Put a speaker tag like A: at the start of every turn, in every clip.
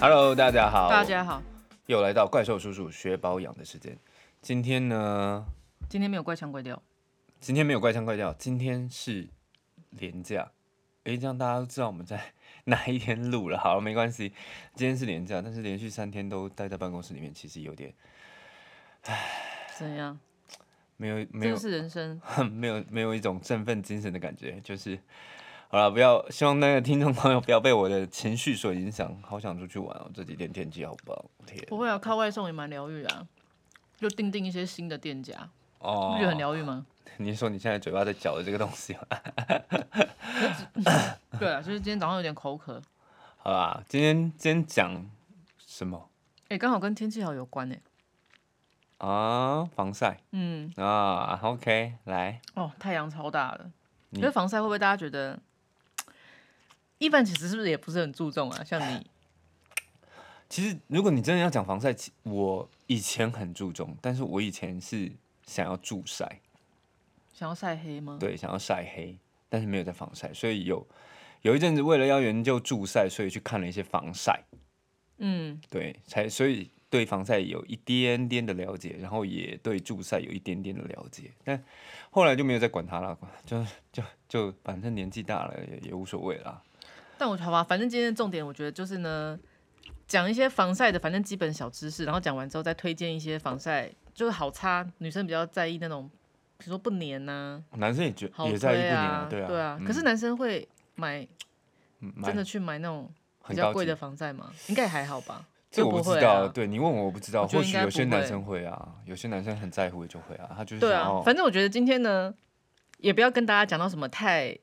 A: Hello，大家好，
B: 大家好，
A: 又来到怪兽叔叔学保养的时间。今天呢，
B: 今天没有怪腔怪调，
A: 今天没有怪腔怪调，今天是连假。诶，这样大家都知道我们在 哪一天录了。好了，没关系，今天是连假，但是连续三天都待在办公室里面，其实有点
B: 怎样？
A: 没有没
B: 这
A: 有
B: 就是人生。
A: 没有没有一种振奋精神的感觉。就是好了，不要希望那个听众朋友不要被我的情绪所影响。好想出去玩哦，这几天天气好棒，天
B: 不会啊，靠外送也蛮疗愈啊，就订定一些新的店家，
A: 哦
B: 不觉得很疗愈吗？
A: 你说你现在嘴巴在嚼的这个东西哦吗？
B: 对啊，就是今天早上有点口渴，
A: 好吧，今天今天讲什么
B: 哎、刚好跟天气好有关哎、
A: 啊？防晒
B: 嗯，
A: 啊，OK，来，
B: 哦，太阳超大了，
A: 你
B: 觉得防晒会不会大家觉得？一般其实是不是也不是很注重啊？像你，
A: 其实如果你真的要讲防晒，其我以前很注重，但是我以前是想要助晒，
B: 想要晒黑吗？
A: 对，想要晒黑，但是没有在防晒，所以有有一阵子为了要研究助晒，所以去看了一些防晒，
B: 嗯，
A: 对，才所以对防晒有一点点的了解，然后也对助晒有一点点的了解，但后来就没有再管它了，就就就反正年纪大了也也无所谓啦。
B: 但我好吧，反正今天的重点我觉得就是呢，讲一些防晒的，反正基本小知识，然后讲完之后再推荐一些防晒，就是好擦，女生比较在意那种，比如说不粘呐、
A: 男生也觉
B: 好
A: 也在意不
B: 推
A: 年
B: 啊
A: 啊，，对啊，
B: 对啊。
A: 嗯
B: 可是男生会买
A: 嗯蛮
B: 真的去买那种比
A: 很
B: 较
A: 高
B: 贵
A: 级
B: 的，防晒吗？应该也还好吧。
A: 这
B: 就
A: 我
B: 不
A: 不知
B: 会
A: 道，
B: 啊。
A: 对你问我我不知道，
B: 我觉得
A: 或
B: 应
A: 许
B: 该
A: 有些
B: 不
A: 男
B: 会
A: 生会啊，有些男生很在乎就会啊，他就是想
B: 对啊
A: 要，
B: 反正我觉得今天呢，也不要跟大家讲到什么太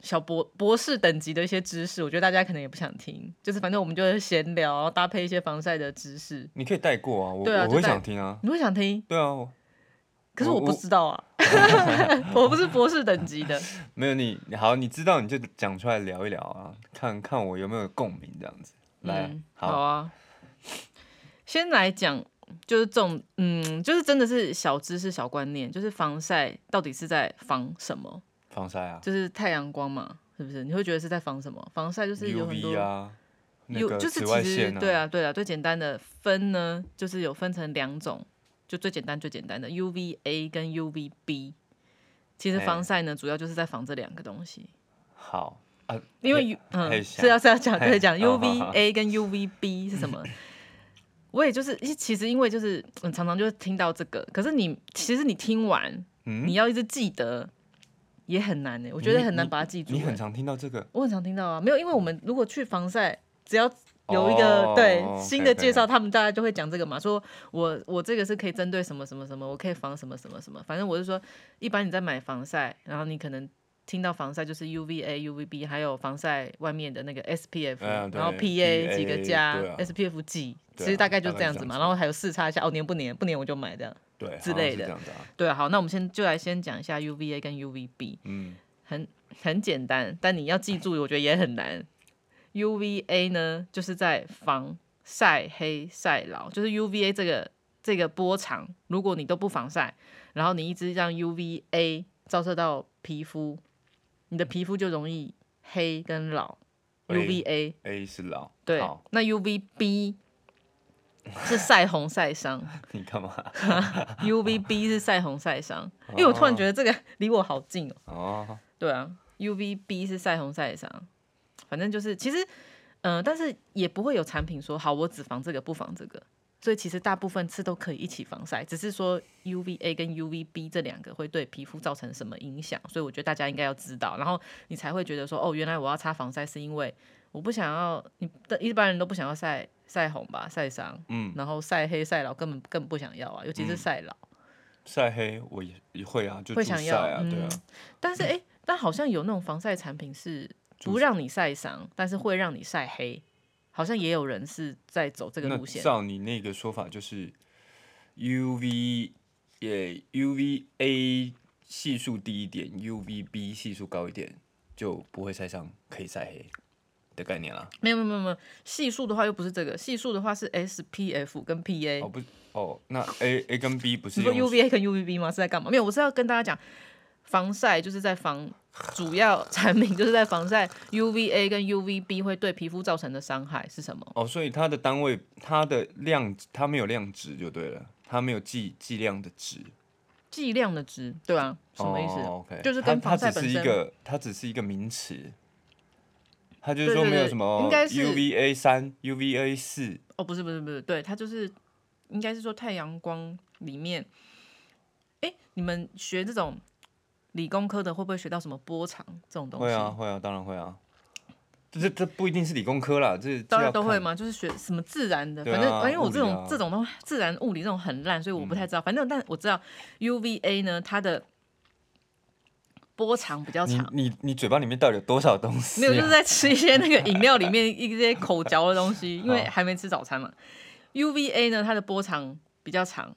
B: 小博博士等级的一些知识，我觉得大家可能也不想听。就是反正我们就是闲聊，然后搭配一些防晒的知识。
A: 你可以带过啊，我
B: 对啊
A: 我
B: 就
A: 会
B: 带
A: 想听啊，
B: 你会想听？
A: 对啊，我
B: 可是
A: 哦我
B: 我不
A: 我
B: 知道 啊，我不是博士等级的。
A: 没有你好，你知道你就讲出来聊一聊啊，看看我有没有共鸣这样子， 来啊
B: 嗯，好
A: 好，
B: 啊。先来讲，就是重，嗯，就是真的是小知识、小观念，就是防晒到底是在防什么？
A: 防晒啊
B: 就是太阳光嘛，是不是？你会觉得是在防什么？防晒就是有很多
A: ，UV 啊，那
B: 有
A: 个
B: 就是
A: 紫
B: 其
A: 外
B: 实
A: 线
B: 对，啊对啊，最简单的分呢，就是有分成两种，就最简单最简单的 UVA 跟 UVB。其实
A: 哎
B: 防晒呢，主要就是在防这两个东西。
A: 好啊，
B: 因为
A: 嘿
B: U 嗯
A: 想
B: 是要是要讲对讲
A: 嘿哦好好
B: UVA 跟 UVB 是什么？我也就是其其实因为就是嗯常常就听到这个，可是你其实你听完
A: 嗯
B: 你，要一直记得也很难呢、欸我觉得
A: 你
B: 很难
A: 你
B: 把它记住、
A: 你很
B: 欸
A: 常听到这个
B: 我很常听到啊，没有，因为我们如果去防晒，只要有一个、
A: 哦
B: 对
A: OK，
B: 新的介绍
A: OK
B: 他们大家就会讲这个嘛，说我我这个是可以针对什么什么什么，我可以防什么什么什么，反正我是说，一般你在买防晒，然后你可能听到防晒就是 UVA、UVB，还有防晒外面的那个 SPF，、
A: 嗯对
B: 然后
A: PA
B: PA 几个加、
A: 对啊
B: SPF 几，
A: 对啊
B: 其实大概就是这样
A: 大概是这
B: 子
A: 样
B: 嘛，
A: 子
B: 然后还有试擦一下，哦，粘不粘？不粘我就买这样。
A: 对
B: 之
A: 好像
B: 类
A: 是
B: 的
A: 这样子啊，
B: 对啊，好，那我们先就来先讲一下 UVA 跟 UVB。
A: 嗯，
B: 很很简单，但你要记住，我觉得也很难。UVA 呢，就是在防晒黑、晒老，就是 UVA 这个这个波长，如果你都不防晒，然后你一直让 UVA 照射到皮肤，你的皮肤就容易黑跟老。
A: 哎
B: UVA
A: A 是老，
B: 对
A: 好，
B: 那 UVB 是晒红晒伤
A: 你干嘛？
B: ，UVB 是晒红晒伤。因为我突然觉得这个离我好近哦。
A: 哦，
B: 对啊，UVB 是晒红晒伤，反正就是其实，呃，但是也不会有产品说好我只防这个不防这个，所以其实大部分是都可以一起防晒，只是说 UVA 跟 UVB 这两个会对皮肤造成什么影响，所以我觉得大家应该要知道，然后你才会觉得说哦，原来我要擦防晒是因为我不想要你的一般人都不想要晒晒红吧，晒伤，
A: 嗯，
B: 然后晒黑晒老根本更不想要啊，尤其是晒老。
A: 晒黑我也也会啊，就
B: 会
A: 助
B: 想
A: 晒
B: 要嗯
A: 啊，对啊，
B: 但是哎、诶但好像有那种防晒产品是
A: 助
B: 不让你晒伤，但是会让你晒黑，好像也有人是在走这个
A: 那
B: 路线。
A: 照你那个说法，就是 UV 也 UVA 系数低一点，UVB 系数高一点，就不会晒伤，可以晒黑的概念啦。
B: 没有没有没有没有，系数的话又不是这个，系数的话是 SPF 跟 PA。
A: 哦 不哦，那 A A 跟 B 不是
B: 你说
A: 用
B: UVA 跟 UVB 吗？是在干嘛？没有，我是要跟大家讲，防晒就是在防 主要产品就是在防晒 UVA 跟 UVB 会对皮肤造成的伤害是什么？
A: 哦，所以它的单位，它的量，它没有量值就对了，它没有计计量的值，
B: 剂量的值，对啊，什么意思？
A: 哦、？OK，
B: 就是
A: 它
B: 跟
A: 它
B: 防
A: 只
B: 晒
A: 是
B: 本
A: 一
B: 身
A: 个，它只是一个名词，它就是
B: 对
A: 说
B: 对
A: 没有
B: 对
A: 什么
B: 应该是
A: UVA 三、UVA 四，
B: 哦，不是不是不是，对，它就是应该是说太阳光里面，哎，你们学这种理工科的会不会学到什么波长这种东西？
A: 会啊会啊，当然会啊。这这这不一定是理工科啦，这
B: 当
A: 这
B: 然
A: 要
B: 都会
A: 看
B: 嘛，就是学什么自然的，
A: 对
B: 反正
A: 啊
B: 反正我
A: 物
B: 这
A: 理
B: 种、
A: 啊嗯
B: 这种东西自然物理这种很烂，所以我不太知道。反正但我知道 UVA 呢，它的波长比较长。
A: 你你你嘴巴里面到底有多少东西、啊？
B: 没有，就是在吃一些那个饮料里面一些口嚼的东西，因为
A: 好
B: 还没吃早餐嘛。UVA 呢，它的波长比较长，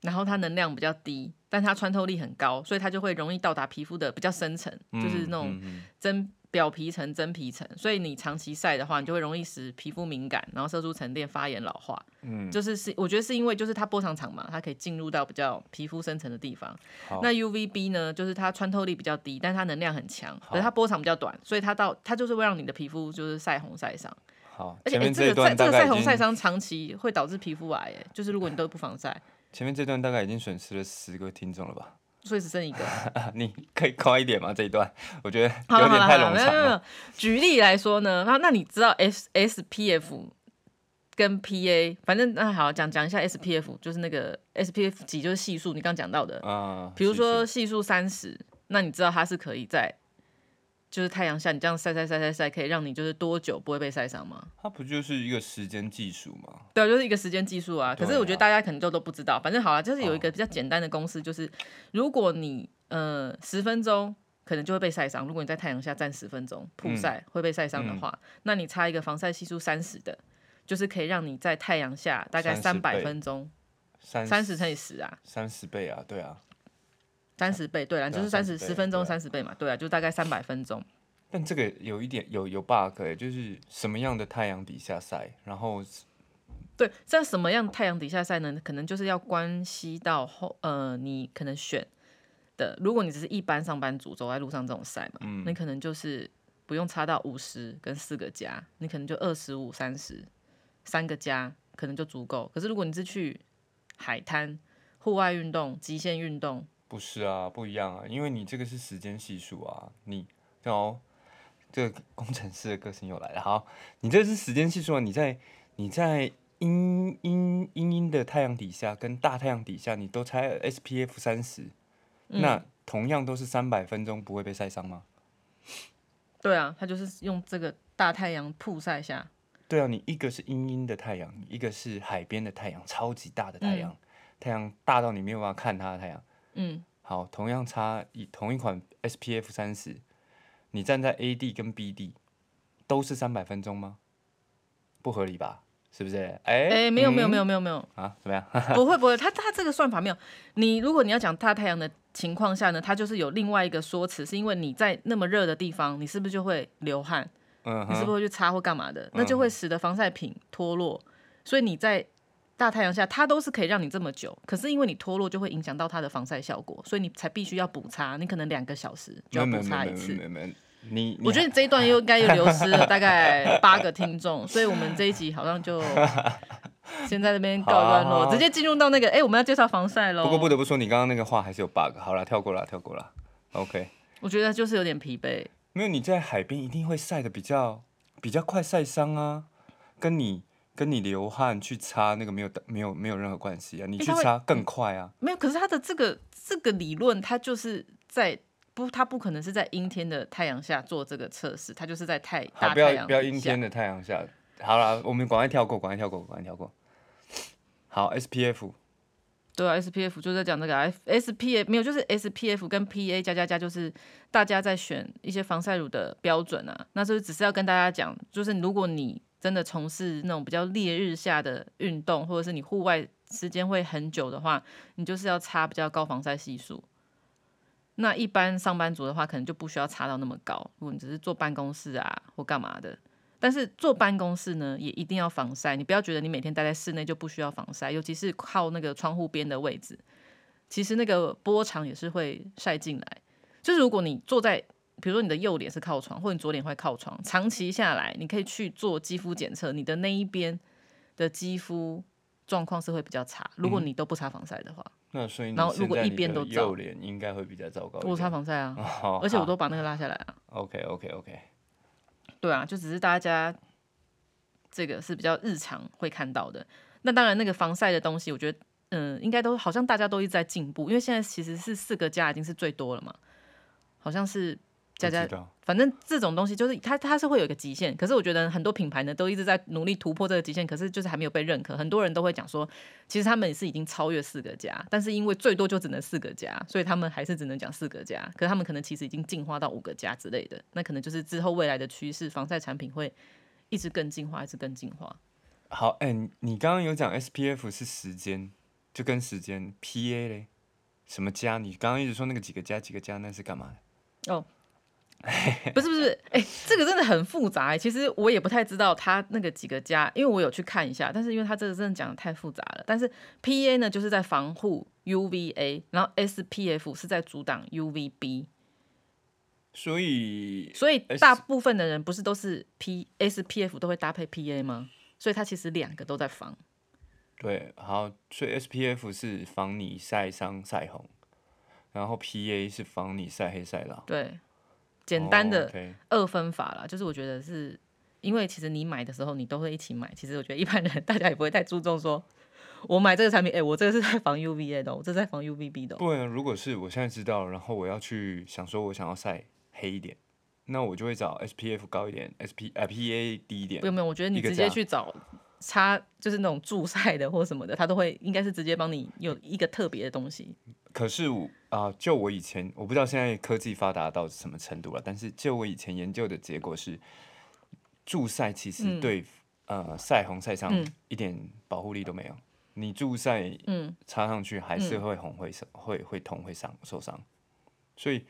B: 然后它能量比较低，但它穿透力很高，所以它就会容易到达皮肤的比较深层，就是那种
A: 嗯嗯
B: 真表皮层、真皮层。所以你长期晒的话，你就会容易使皮肤敏感，然后色素沉淀、发炎、老化。
A: 嗯
B: 就是是我觉得是因为就是它波长长嘛，它可以进入到比较皮肤深层的地方
A: 好。
B: 那 UVB 呢，就是它穿透力比较低，但它能量很强，可是它波长比较短，所以它到它就是会让你的皮肤就是晒红晒伤。
A: 好，
B: 而且、
A: 前
B: 诶
A: 面
B: 这
A: 一
B: 个晒
A: 段
B: 这
A: 大
B: 个
A: 概
B: 晒
A: 已
B: 红
A: 经
B: 晒伤长期会导致皮肤癌、诶就是如果你都 不防晒，
A: 前面这段大概已经损失了十个听众了吧？
B: 所以只剩一个。
A: 你可以快一点吗？这一段 我觉得
B: 好
A: 有
B: 了好
A: 点
B: 了
A: 太
B: 好了，
A: 冗
B: 没有
A: 长
B: 没有没
A: 了。
B: 有。举例来说呢，那那你知道 S S P F 跟 P A，反正那好讲讲一下 S P F，就是那个 S P F 几就是系数，你刚讲到的。
A: 啊，
B: 比如
A: 是
B: 说
A: 是
B: 系数三十，那你知道它是可以在就是太阳下你这样晒晒晒晒晒，可以让你就是多久不会被晒伤吗？
A: 它不就是一个时间技术吗？
B: 对啊，就是一个时间技术啊。可是
A: 对
B: 我觉得
A: 啊
B: 大家可能就都不知道，反正好了，就是有一
A: 哦
B: 个比较简单的公式，就是如果你呃十分钟。可能就会被晒伤。如果你在太阳下站十分钟曝
A: 嗯
B: 晒、会被晒伤的
A: 嗯
B: 话，那你擦一个防晒系数三十的，就是可以让你在太阳下大概
A: 30
B: 三百
A: 倍
B: 分钟，
A: 三
B: 三十乘以十啊，
A: 三十倍啊，对啊。
B: 三十倍，对啦，
A: 对啊
B: 就是三
A: 30
B: 十
A: 倍
B: 十分钟
A: 对
B: 三十倍嘛，对啊，就大概三百分钟。
A: 但这个有一点有有 bug 哎、就是什么样的太阳底下晒，然后
B: 对，在什么样太阳底下晒呢？可能就是要关系到后，呃，你可能选的，如果你只是一般上班族走在路上这种晒嘛，
A: 嗯
B: 你可能就是不用差到五十跟四个加，你可能就二十五、三十，三个加可能就足够。可是如果你是去海滩、户外运动、极限运动，
A: 不是啊，不一样啊，因为你这个是时间系数啊，你哦，这个工程师的个性又来了。好，你这是时间系数啊，你在你在阴阴阴阴的太阳底下跟大太阳底下，你都猜 SPF 三十、那同样都是三百分钟不会被晒伤吗？
B: 对啊，它就是用这个大太阳曝晒下，
A: 对啊，你一个是阴阴的太阳，一个是海边的太阳，超级大的太阳，太阳大到你没有办法看它的太阳。
B: 嗯，
A: 好，同样差一同一款 SPF 三十，你站在 AD 跟 BD 都是三百分钟吗？不合理吧？是不是？哎、
B: 哎、没有没有没
A: 有
B: 有没有没有，
A: 啊，怎么样？
B: 不会不会，它它这个算法没有。你如果你要讲大太阳的情况下呢，它就是有另外一个说辞，是因为你在那么热的地方，你是不是就会流汗？
A: 嗯
B: 你是
A: 哼，
B: 不是会去擦或干嘛的？那就会使得防晒品脱落。所以你在大太阳下，它都是可以让你这么久，可是因为你脱落就会影响到它的防晒效果，所以你才必须要补擦。你可能两个小时就要
A: 没有
B: 补
A: 没
B: 擦
A: 有
B: 一
A: 没有
B: 次
A: 没。有没有，你
B: 我觉得
A: 得
B: 这一段又应该又流失了大概八个听众，所以我们这一集好像就先在这边告一段
A: 好好啊
B: 落，
A: 好
B: 直接进入到那个哎、我们要介绍防晒喽。
A: 不过不得不说，你刚刚那个话还是有 bug。好啦，跳过啦，跳过啦。OK，
B: 我觉得就是有点疲惫。
A: 没有你在海边一定会晒的比较比较快晒伤啊，跟你跟你流汗去擦那个没有没有没有任何关系啊，你
B: 因为
A: 去
B: 它会
A: 擦更快啊。
B: 没有，可是他的这个这个理论，他就是在不，他不可能是在阴天的太阳下做这个测试，他就是在太
A: 好，不
B: 大嗯太
A: 要
B: 阳
A: 不要
B: 底
A: 阴
B: 下
A: 天。的太阳下。好啦，我们赶快跳过，赶快跳过，赶快跳过。好，SPF
B: 对啊，SPF 就在讲这个、啊、SPF 没有，就是 SPF 跟 PA 加加加，就是大家在选一些防晒乳的标准啊。那就是只是要跟大家讲，就是如果你真的从事那种比较烈日下的运动，或者是你户外时间会很久的话，你就是要擦比较高防晒系数。那一般上班族的话，可能就不需要擦到那么高。如果你只是坐办公室啊或干嘛的，但是坐办公室呢，也一定要防晒。你不要觉得你每天待在室内就不需要防晒，尤其是靠那个窗户边的位置，其实那个波长也是会晒进来。就是如果你坐在，比如说你的右脸是靠窗，或者你左脸会靠窗，长期下来，你可以去做肌肤检测，你的那一边的肌肤状况是会比较差。如果你都不擦防晒的话，
A: 那所以你
B: 然后如
A: 现
B: 果
A: 在
B: 一
A: 你
B: 边
A: 的
B: 都照
A: 右脸应该会比较糟糕一点。
B: 我擦防晒啊，
A: 哦，
B: 而且我都把那个拉下来啊。
A: OK OK OK，
B: 对啊，就只是大家这个是比较日常会看到的。那当然，那个防晒的东西，我觉得，嗯、应该都好像大家都一直在进步，因为现在其实是四个加已经是最多了嘛，好像是加加
A: 不知，道
B: 反正这种东西就是它它是会有一个极限。可是我觉得很多品牌呢都一直在努力突破这个极限，可是就是还没有被认可。很多人都会讲说，其实他们也是已经超越四个加，但是因为最多就只能四个加，所以他们还是只能讲四个加。可是他们可能其实已经进化到五个加之类的，那可能就是之后未来的趋势，防晒产品会一直更进化，一直更进化。
A: 好，哎、你你刚刚有讲 SPF 是时间，就跟时间 PA 嘞，什么加？你刚刚一直说那个几个加几个加，那是干嘛的？
B: 哦 不是不是，哎、这个真的很复杂、欸。其实我也不太知道它那个几个加，因为我有去看一下，但是因为它这个真的讲的太复杂了。但是 PA 呢，就是在防护 UVA，然后 SPF 是在阻挡 UVB，
A: 所以
B: 所以
A: S-
B: 大部分的人不是都是 P SPF 都会搭配 PA 吗？所以它其实两个都在防。
A: 对，好，所以 SPF 是防你晒伤晒红，然后 PA 是防你晒黑晒老，哦
B: 对，简单的、
A: o k
B: 二分法啦，就是我觉得是因为其实你买的时候你都会一起买，其实我觉得一般人 大家也不会太注重说，我买这个产品，哎、我这个是在防 UVA 的哦，我这是在防 UVB 的哦。
A: 不然如果是我现在知道，然后我要去想说我想要晒黑一点，那我就会找 SPF 高一点，SP 呃 PA 低一点
B: 不。用不用，我觉得你
A: 一个
B: 直
A: 价
B: 接去找擦，就是那种助晒的或什么的，它都会应该是直接帮你有一个特别的东西。
A: 可是我啊、就我以前我不知道现在科技发达到什么程度了，但是就我以前研究的结果是，助晒其实对、呃晒红晒伤
B: 嗯
A: 一点保护力都没有。你助晒
B: 嗯，
A: 插上去还是会红会伤、会会痛会伤受伤，所以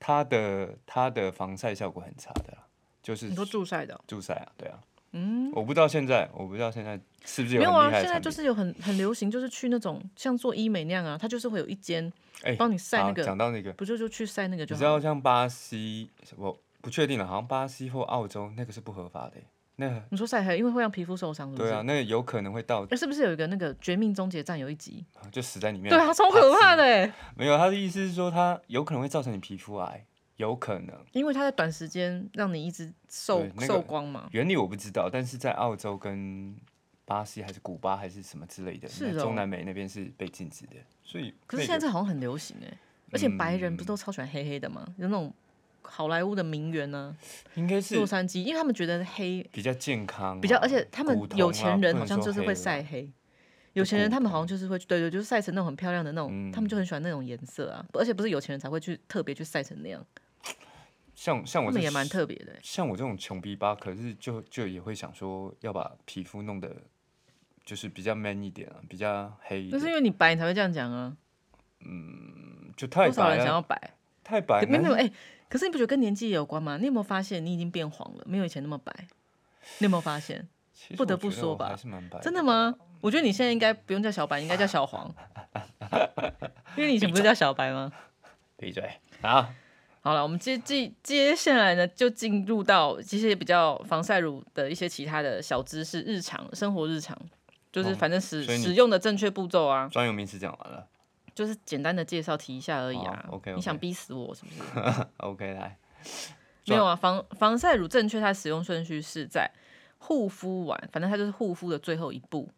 A: 它的它的防晒效果很差的啦，就是
B: 你说助晒的哦、
A: 助晒啊，对啊，
B: 嗯，
A: 我不知道现在我不知道现在是不是
B: 没有
A: 很
B: 啊，
A: 厉害
B: 现
A: 的
B: 在
A: 产
B: 就
A: 品。
B: 是有很很流行，就是去那种像做医美那样啊，它就是会有一间
A: 哎
B: 帮你晒
A: 好
B: 那个，
A: 讲到那个，
B: 不就就去晒那个就
A: 你
B: 好
A: 知
B: 了。
A: 道像巴西，我不确定了，好像巴西或澳洲那个是不合法的欸、那个
B: 你说晒黑，因为会让皮肤受伤，是不是？
A: 对啊，那个有可能会到
B: 欸是不是有一个那个《绝命终结战》有一集？
A: 就死在里面。
B: 对啊，超可怕的欸，
A: 没有，他的意思是说它有可能会造成你皮肤癌，有可能。
B: 因为它在短时间让你一直受
A: 对那个
B: 受光嘛。
A: 原理我不知道，但是在澳洲跟巴西还是古巴还是什么之类的，
B: 是
A: 那
B: 哦
A: 中南美那边是被禁止的，所以
B: 可是
A: 那
B: 现
A: 个
B: 在
A: 嗯
B: 这好像很流行哎，而且白人不是都超喜欢黑黑的吗？有那种好莱坞的名媛呢、
A: 应该
B: 洛
A: 是
B: 杉矶，因为他们觉得黑
A: 比较健康啊、
B: 比较，而且他
A: 骨
B: 们
A: 头啊
B: 有钱人
A: 不
B: 好
A: 能
B: 像
A: 说
B: 就是
A: 黑
B: 会
A: 了
B: 晒黑。有钱人他们好像就是会，对对，就是晒成那种很漂亮的那种，
A: 嗯
B: 他们就很喜欢那种颜色啊，而且不是有钱人才会去特别去晒成那样，
A: 像像
B: 他
A: 我
B: 们
A: 这
B: 也蛮特别的欸、
A: 像我这种穷逼吧，可是就就也会想说要把皮肤弄得就是比较 man 一点啊，比较黑一
B: 那是
A: 点，
B: 因为你白你才会这样讲啊，
A: 就太
B: 多少
A: 白啊
B: 人想
A: 了，
B: 要白？
A: 太白
B: 可
A: 了。
B: 没有没有
A: 但是
B: 哎、可是你不觉得跟年纪也有关吗？你有没有发现你已经变黄了，没有以前那么白？你有没有发现？
A: 其实
B: 不得
A: 我
B: 不
A: 觉得
B: 说
A: 我
B: 吧
A: 还是蛮白。
B: 真的？吗？我觉得你现在应该不用叫小白，应该叫 小黄，因为你以前不是叫小白吗？
A: 闭嘴啊！
B: 好了，我们接接接下来呢，就进入到其实也比较防晒乳的一些其他的小知识，日常生活日常，就是
A: 哦
B: 反正使、
A: 所以你
B: 使用的正确步骤啊，
A: 专有名词讲完了
B: 就是简单的介绍提一下而已啊。
A: 哦，OK，OK
B: 你想逼死我是不是？
A: ，OK，来，
B: 没有啊，防防晒乳正确它使用顺序是在护肤完，反正它就是护肤的最后一步。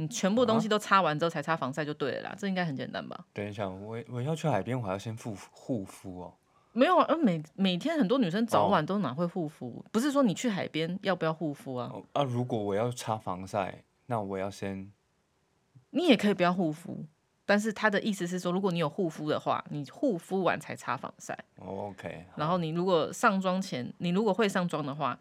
B: 你全部东西都擦完之后才擦防晒就对了啦，这应该很简单吧？
A: 等一下，我我要去海边，我还要先护护肤哦。
B: 没有啊，呃每每天很多女生早晚都哪会护肤？不是说你去海边要不要护肤啊？
A: 哦啊，如果我要擦防晒，那我要先
B: 你也可以不要护肤，但是他的意思是说，如果你有护肤的话，你护肤完才擦防晒。
A: 哦 OK，
B: 然后你如果上妆前，你如果会上妆的话，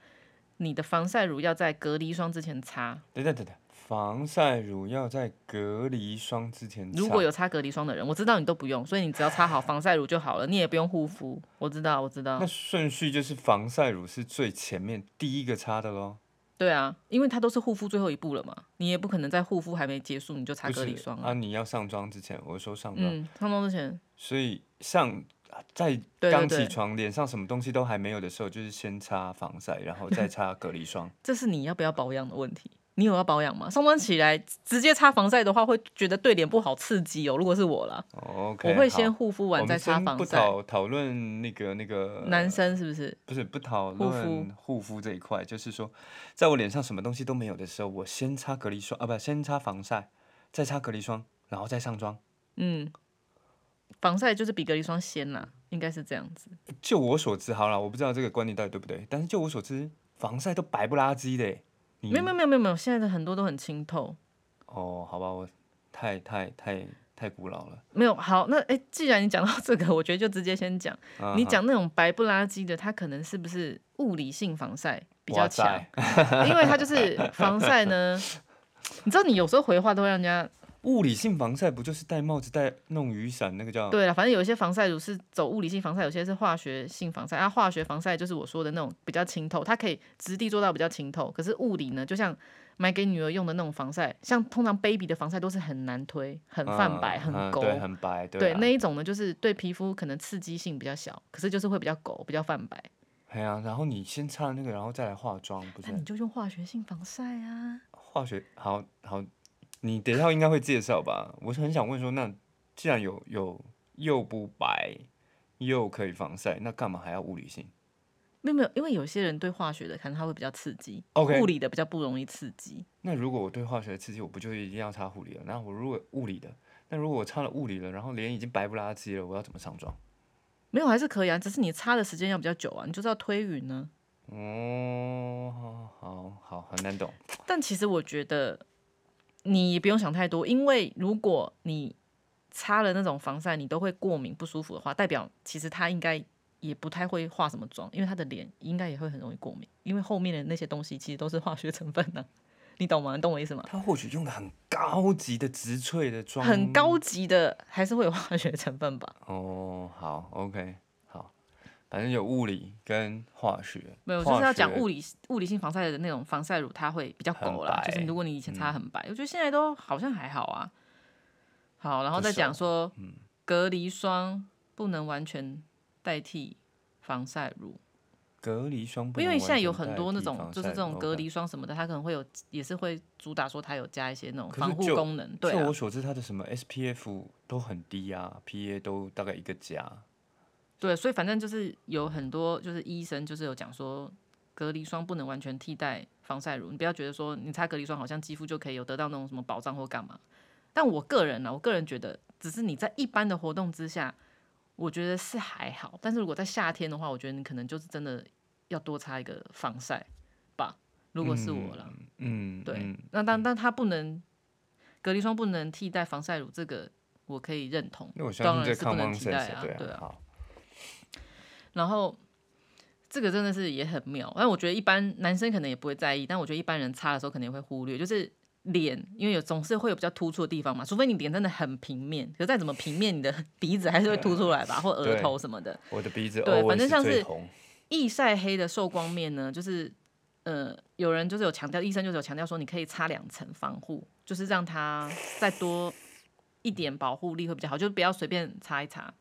B: 你的防晒乳要在隔离霜之前擦。
A: 等等等等，防晒乳要在隔离霜之前擦。
B: 如果有擦隔离霜的人，我知道你都不用，所以你只要擦好防晒乳就好了，你也不用护肤。我知道，我知道
A: 那，顺序就是防晒乳是最前面第一个擦的喽。
B: 对啊，因为它都是护肤最后一步了嘛，你也不可能在护肤还没结束你就擦
A: 不
B: 隔离
A: 是
B: 霜啊。嗯
A: 啊，你要上妆之前，我说上妆，
B: 嗯，上妆之前，
A: 所以上在
B: 对
A: 刚
B: 对
A: 起床脸上什么东西都还没有的时候，就是先擦防晒，然后再擦隔离 霜。
B: 这是你要不要保养的问题。你有要保养吗？上班起来直接擦防晒的话，会觉得对脸不好刺激哦。如果是我啦，
A: OK，
B: 我会
A: 好
B: 先护肤
A: 我
B: 完再
A: 们
B: 擦
A: 先
B: 防
A: 不
B: 晒。
A: 讨讨论那个那个
B: 男生是不是？
A: 不是不讨
B: 护
A: 论护肤这一块，就是说，在我脸上什么东西都没有的时候，我先擦隔离霜啊，不，先擦防晒，再擦隔离霜，然后再上妆。
B: 嗯，防晒就是比隔离霜先啦，应该是这样子。
A: 就我所知，好了，我不知道这个观念到底对不对，但是就我所知，防晒都白不拉几的欸。你
B: 没有没有没有没有没有，现在的很多都很清透。
A: 哦，好吧，我太太太太古老了。
B: 没有好，那诶，既然你讲到这个，我觉得就直接 先讲。
A: 啊
B: 你
A: 哈
B: 讲那种白不拉几的，它可能是不是物理性防晒比较
A: 哇塞
B: 强？因为它就是防晒 呢，你知道你有时候回话都会让人家
A: 物理性防晒不就是戴帽子、戴弄雨伞那个叫？
B: 对了，反正有一些防晒乳是走物理性防晒，有些是化学性防晒。啊，化学防晒就是我说的那种比较清透，它可以质地做到比较清透。可是物理呢，就像买给女儿用的那种防晒，像通常 baby 的防晒都是很难推、很泛白、
A: 嗯
B: 很
A: 嗯
B: 勾。
A: 对，很白，
B: 对
A: 对啊。
B: 那一种呢，就是对皮肤可能刺激性比较小，可是就是会比较狗、比较泛白。
A: 哎呀、然后你先擦那个，然后再来化妆，不是
B: 那？你就用化学性防晒啊。
A: 化学好好，你等一下应该会介绍吧？我是很想问说，那既然有有又不白又可以防晒，那干嘛还要物理性？
B: 没有没有，因为有些人对化学的可能它会比较刺激
A: OK
B: 物理的比较不容易刺激。
A: 那如果我对化学的刺激，我不就一定要擦护理了？那我如果物理的，那如果我擦了物理了，然后脸已经白不拉几了，我要怎么上妆？
B: 没有还是可以啊，只是你擦的时间要比较久啊，你就是要推匀呢、
A: 哦，好好好，很难懂。
B: 但其实我觉得你不用想太多，因为如果你擦了那种防晒，你都会过敏不舒服的话，代表其实他应该也不太会化什么妆，因为他的脸应该也会很容易过敏，因为后面的那些东西其实都是化学成分呢、你懂吗？你懂我意思吗？
A: 它或许用的很高级的植萃的妆，
B: 很高级的还是会有化学成分吧？
A: 哦，好，OK，好，反正有物理跟化学，
B: 没有，
A: 化
B: 就是要讲
A: 学
B: 物理物理性防晒的那种防晒乳，它会比较
A: 很
B: 狗啦。就是
A: 白嗯
B: 如果你以前擦很白，我觉得现在都好像还好啊。好，然后再讲说，
A: 嗯
B: 隔离霜不能完全代替防晒乳，
A: 隔离霜不能
B: 因为
A: 完
B: 现在有
A: 全
B: 很
A: 代
B: 多那
A: 替
B: 种
A: 防
B: 就是
A: 晒
B: 这种
A: ，OK
B: 隔。离霜什么的，它可能会有也是会主打说它有加一些那种
A: 可是
B: 防护
A: 就
B: 功能，对
A: 就
B: 啊
A: 我，所知，它的什么 SPF 都很低啊，PA 都大概一个加。
B: 对，所以反正就是有很多就是医生就是有讲说，隔离霜不能完全替代防晒乳，你不要觉得说你擦隔离霜好像肌肤就可以有得到那种什么保障或干嘛。但我个人啊呢、我个人觉得，只是你在一般的活动之下，我觉得是还好。但是如果在夏天的话，我觉得你可能就是真的要多擦一个防晒吧。如果是我了，
A: 嗯，
B: 对，
A: 嗯
B: 那但但它不能隔离霜不能替代防晒乳，这个我可以认同。
A: 那我相信
B: 当然
A: 这
B: 是不
A: common
B: 能替
A: sense，
B: 代
A: 啊
B: 啊，
A: 对
B: 对啊。
A: 好，
B: 然后这个真的是也很妙，但我觉得一般男生可能也不会在意，但我觉得一般人擦的时候可能也会忽略，就是脸，因为有总是会有比较突出的地方嘛，除非你脸真的很平面，可是再怎么平面，你的 鼻子还是会凸出来吧，或额
A: 对
B: 头什么的。
A: 我的鼻子
B: 对
A: always
B: 反正像
A: 最
B: 是
A: 红，
B: 易晒黑的受光面呢，就是呃，有人就是有强调，医生就是有强调说，你可以擦两层防护，就是让它再多一点保护力会比较好，就不要随便擦一擦。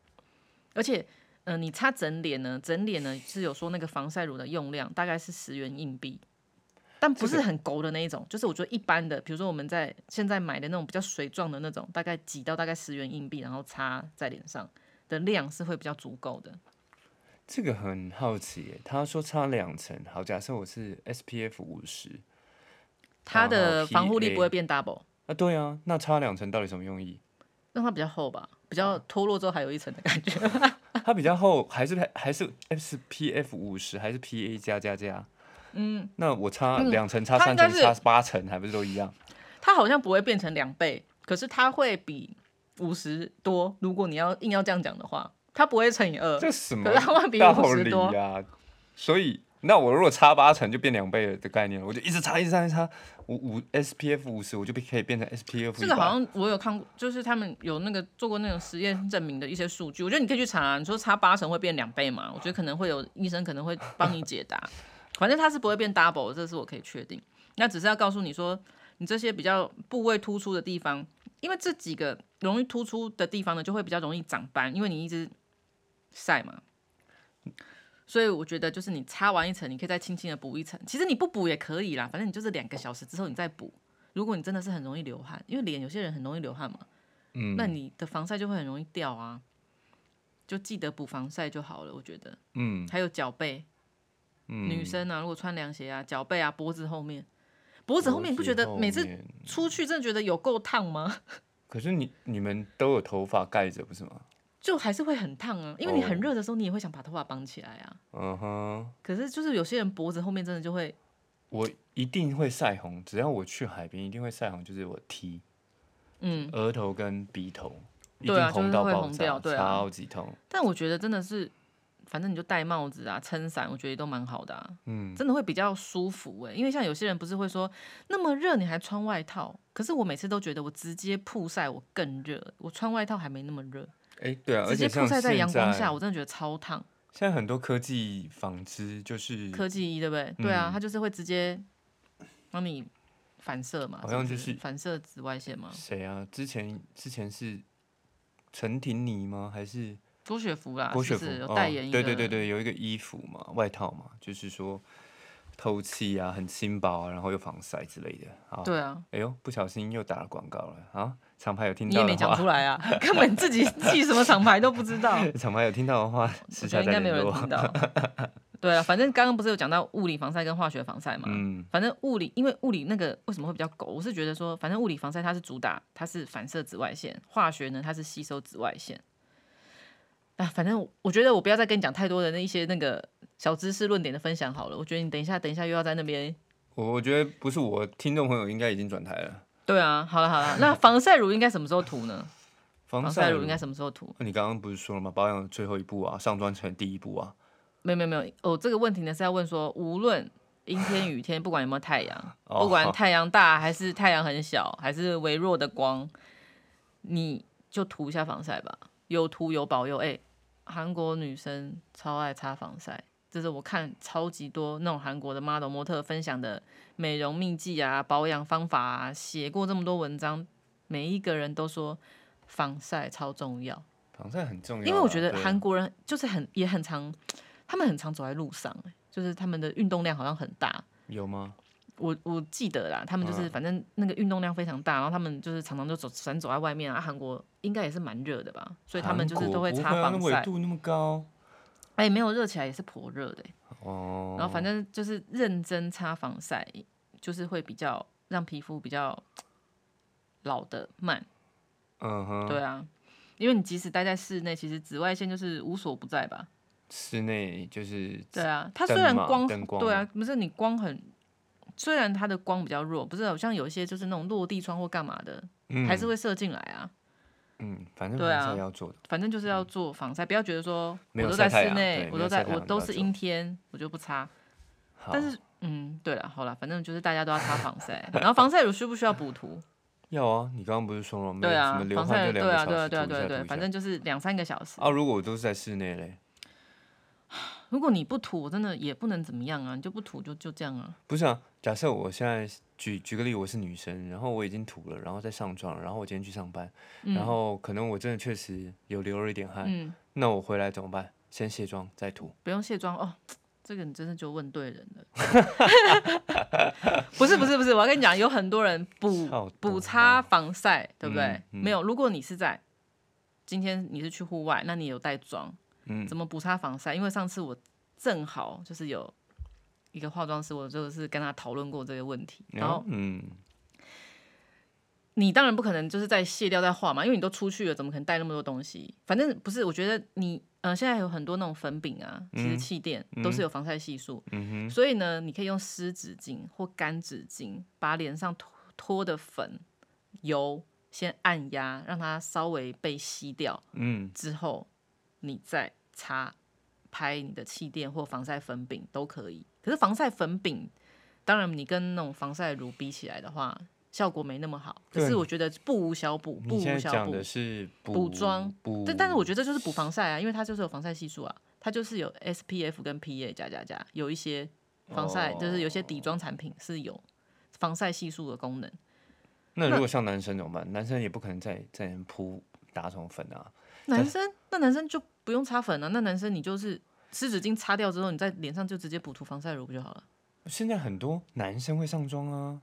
B: 而且，嗯、你擦整脸呢，整脸呢是有说那个防晒乳的用量大概是十元硬币。但不是很勾的那一种，就是我觉得一般的，比如说我们在现在买的那种比较水状的那种，大概挤到大概十元硬币，然后擦在脸上的量是会比较足够的。
A: 这个很好奇耶。他说差两层，好，假设我是 SPF 五十
B: 它
A: 然后
B: 的防护力
A: PA
B: 不会变 double，
A: 啊，对啊，那差两层到底什么用意？
B: 让它比较厚吧，比较脱落之后还有一层的感觉。
A: 它比较厚，还是还是 SPF 五十，还是 PA 加加加？嗯，那我差两层、差
B: 它
A: 三
B: 应该
A: 层、
B: 是
A: 差八层，还不是都一样？
B: 它好像不会变成两倍，可是它会比五十多。如果你要硬要这样讲的话，它不会乘以二。
A: 这什么
B: 可是它会比
A: 道
B: 50
A: 理
B: 多
A: 呀、所以，那我如果差八层，就变两倍了的概念了，我就一直差，一直差，一直差，五五 SPF 五十，我就变可以变成 SPF
B: 这个
A: 100
B: 好像我有看过，就是他们有那个做过那种实验证明的一些数据，我觉得你可以去查、你说差八成会变两倍嘛？我觉得可能会有医生可能会帮你解答， 反正它是不会变 double，这是我可以确定。那只是要告诉你说，你这些比较部位突出的地方，因为这几个容易突出的地方呢，就会比较容易长斑，因为你一直晒嘛。所以我觉得就是你擦完一层，你可以再轻轻的补一层。其实你不补也可以啦，反正你就是两个小时之后你再补。如果你真的是很容易流汗，因为脸有些人很容易流汗嘛，
A: 嗯，
B: 那你的防晒就会很容易掉啊。就记得补防晒就好了，我觉得。
A: 嗯
B: 还有脚背，
A: 嗯，
B: 女生啊，如果穿凉鞋啊，脚背啊，脖子后面，脖子后面你不觉得
A: 脖子
B: 每次
A: 后面
B: 出去真的觉得有够烫吗？
A: 可是你你们都有头发盖着不是吗？
B: 就还是会很烫啊，因为你很
A: 哦
B: 热的时候，你也会想把头发绑起来啊。
A: 嗯哼，
B: 可是就是有些人脖子后面真的就会，
A: 我一定会晒红，只要我去海边一定会晒红，就是我 T
B: 嗯，
A: 额头跟鼻头，一
B: 对啊
A: 定红
B: 就是
A: 到
B: 会
A: 爆
B: 红掉
A: 炸，
B: 对啊
A: 超级痛。
B: 但我觉得真的是，反正你就戴帽子啊、撑伞，我觉得都蛮好的啊，
A: 嗯，
B: 真的会比较舒服哎、因为像有些人不是会说那么热你还穿外套，可是我每次都觉得我直接曝晒我更热，我穿外套还没那么热，
A: 哎、对啊，而
B: 直
A: 且
B: 接曝
A: 像
B: 晒
A: 现
B: 在
A: 在
B: 阳光下，我真的觉得超烫。
A: 现在很多科技纺织就是
B: 科技一对不对？对啊，
A: 嗯
B: 它就是会直接帮你反射嘛，
A: 好像
B: 是不
A: 就是
B: 反射紫外线嘛。
A: 谁啊？之前之前是陈婷妮吗？还是
B: 郭雪芙啦，
A: 郭雪
B: 啊是
A: 芙
B: 不是有
A: 哦
B: 代言一个、
A: 对对对对，有一个衣服嘛，外套嘛，就是说透气啊，很轻薄啊，然后又防晒之类的。好，
B: 对啊，
A: 哎呦，不小心又打了广告了啊！厂牌有听
B: 你也
A: 到的
B: 没讲
A: 话，
B: 出来啊，根本自己记什么厂牌都不知道。
A: 厂牌有听到的话，
B: 我
A: 私
B: 觉
A: 下
B: 得应
A: 再
B: 该没有
A: 联
B: 人
A: 络
B: 听。到。 对啊，反正刚刚不是有讲到物理防晒跟化学防晒嘛？
A: 嗯
B: 反正物理，因为物理那个为什么会比较狗？我是觉得说，反正物理防晒它是主打，它是反射紫外线；化学呢，它是吸收紫外线。啊，反正我觉得我不要再跟你讲太多的那一些那个小知识论点的分享好了。我觉得你等一下，等一下又要在那边。
A: 我我觉得不是我听众朋友应该已经转台了。
B: 对啊，好了好了，那防晒乳应该什么时候涂呢？
A: 防
B: 防晒乳
A: 乳
B: 应该什么时候涂？
A: 哦你刚刚不是说了吗？保养的最后一步啊，上妆前的第一步啊。
B: 没有没有没有，哦，这个问题呢是要问说，无论阴天雨天，不管有没有太阳，
A: 哦
B: 不管太阳大还是太阳很小，还是微弱的光，你就涂一下防晒吧，有涂有保佑。哎、韩国女生超爱擦防晒，这是我看超级多那种韩国的 model 模特分享的美容秘技啊、保养方法啊，写过这么多文章，每一个人都说防晒超重要。
A: 防晒很重要啊，
B: 因为我觉得
A: 对
B: 韩国人就是很也很常，他们很常走在路上、欸就是他们的运动量好像很大。
A: 有吗？
B: 我我记得啦，他们
A: 嗯
B: 就是反正那个运动量非常大，然后他们就是常常就走散走在外面啊。韩国应该也是蛮热的吧，所以他们就是
A: 韩
B: 都
A: 国
B: 会
A: 不
B: 擦
A: 啊
B: 防
A: 那纬
B: 晒。
A: 度那么高
B: 哎、没有热起来也是颇热的欸、
A: 哦。
B: 然后反正就是认真擦防晒，就是会比较让皮肤比较老的慢。
A: 嗯哼，
B: 对啊，因为你即使待在室内，其实紫外线就是无所不在吧。
A: 室内就是
B: 对啊，它虽
A: 灯
B: 然
A: 嘛
B: 光
A: 灯光
B: 对啊
A: 嘛，
B: 不是你光很，虽然它的光比较弱，不是好像有一些就是那种落地窗或干嘛的，
A: 嗯
B: 还是会射进来啊。
A: 嗯，反正
B: 对啊
A: 防晒要做的，
B: 反正就是要做防晒，不要觉得说我
A: 嗯没有
B: 都在
A: 晒太
B: 室
A: 阳
B: 内
A: 对，
B: 我
A: 没
B: 都
A: 有
B: 在
A: 晒太
B: 我
A: 阳
B: 都
A: 不要
B: 是
A: 做
B: 阴天，我就不擦。
A: 好
B: 但是嗯，对了，好了，反正就是大家都要擦防 晒，然后防晒乳需不需要补涂？
A: 要啊，你刚刚不是说了吗？
B: 对
A: 什么
B: 啊，
A: 流
B: 防晒
A: 汗就
B: 乳对
A: 两个
B: 啊，
A: 小
B: 对啊，
A: 时
B: 对啊，
A: 涂一下，
B: 对啊对
A: 涂
B: 啊，
A: 一
B: 反
A: 下。
B: 正就是两三个小时。
A: 啊，如果我都是在室内嘞，
B: 如果你不涂，我真的也不能怎么样啊，你就不涂就就这样啊。
A: 不是啊。假设我现在举举个例，我是女生，然后我已经涂了，然后再上妆，然后我今天去上班，然后可能我真的确实有流了一点汗，
B: 嗯，
A: 那我回来怎么办？先卸妆再涂。
B: 不用卸妆哦。这个你真的就问对人了， 不是不是不是，我要跟你讲，有很多人补
A: 好多哦
B: 补擦防晒，对不对？
A: 嗯嗯
B: 没有，如果你是在今天你是去户外，那你有带妆，
A: 嗯
B: 怎么补擦防晒？因为上次我正好就是有一个化妆师，我就是跟他讨论过这个问题，然后
A: 嗯，
B: 你当然不可能就是再卸掉再画嘛，因为你都出去了，怎么可能带那么多东西？反正不是，我觉得你呃，现在有很多那种粉饼啊，其实气垫、都是有防晒系数，
A: 嗯
B: 所以呢，你可以用湿纸巾或干纸巾把脸上脱脱的粉油先按压，让它稍微被吸掉，
A: 嗯，
B: 之后你再擦拍你的气垫或防晒粉饼都可以。可是防晒粉饼，当然你跟那种防晒乳比起来的话，效果没那么好。可
A: 对
B: 是我觉得不无小补，不
A: 你现
B: 无
A: 在
B: 小
A: 讲
B: 补
A: 的。是
B: 补妆
A: 补，
B: 但但是我觉得这就是补防晒啊，因为它就是有防晒系数啊，它就是有 SPF 跟 PA 加加加，有一些防晒、就是有些底妆产品是有防晒系数的功能。
A: 那如果像男生怎么办？男生也不可能再再铺打什么粉啊，
B: 男生那男生就不用擦粉啊，那男生你就是湿纸巾擦掉之后，你在脸上就直接补涂防晒乳不就好了？
A: 现在很多男生会上妆啊，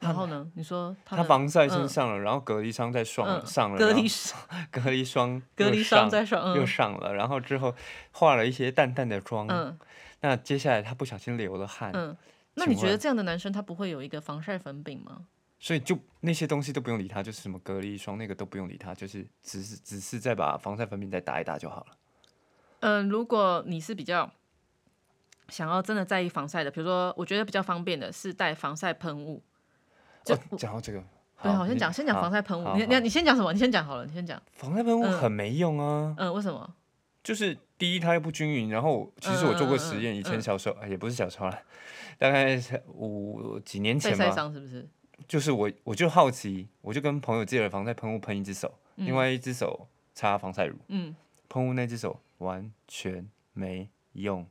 B: 然后呢，你说
A: 嗯他
B: 们
A: 防晒身
B: 嗯
A: 上了，然后隔离霜再上了
B: 嗯
A: 上了，
B: 隔
A: 然后
B: 离
A: 隔离霜
B: 隔
A: 又
B: 离
A: 上
B: 霜再上，
A: 又
B: 嗯
A: 上了，然后之后化了一些淡淡的妆，
B: 嗯
A: 那接下来他不小心流了汗，
B: 嗯。那
A: 请
B: 你觉得
A: 问
B: 这样的男生他不会有一个防晒粉饼吗？
A: 所以就那些东西都不用理他，就是什么隔离霜那个都不用理他，就是只是只是再把防晒粉饼再打一打就好了。
B: 嗯、如果你是比较想要真的在意防晒的，比如说我觉得比较方便的是带防晒喷雾。就
A: 哦，讲到这个，
B: 对，啊好，先
A: 你
B: 讲先讲
A: 好
B: 防晒喷雾
A: 好。
B: 你
A: 好
B: 你你先讲什么？你先讲好了，你先讲。
A: 防晒喷雾
B: 嗯
A: 很没用啊，
B: 嗯，为什么？
A: 就是第一它又不均匀，然后其实我做过实验，
B: 嗯嗯嗯嗯
A: 以前小时候、哎也不是小时候啦，大概是五几年
B: 被
A: 前
B: 晒
A: 吧，
B: 伤是不是？
A: 就是我我就好奇，我就跟朋友借了防晒喷雾喷一只手，另外一只手擦防晒乳，
B: 嗯，
A: 喷雾那只手完全没用，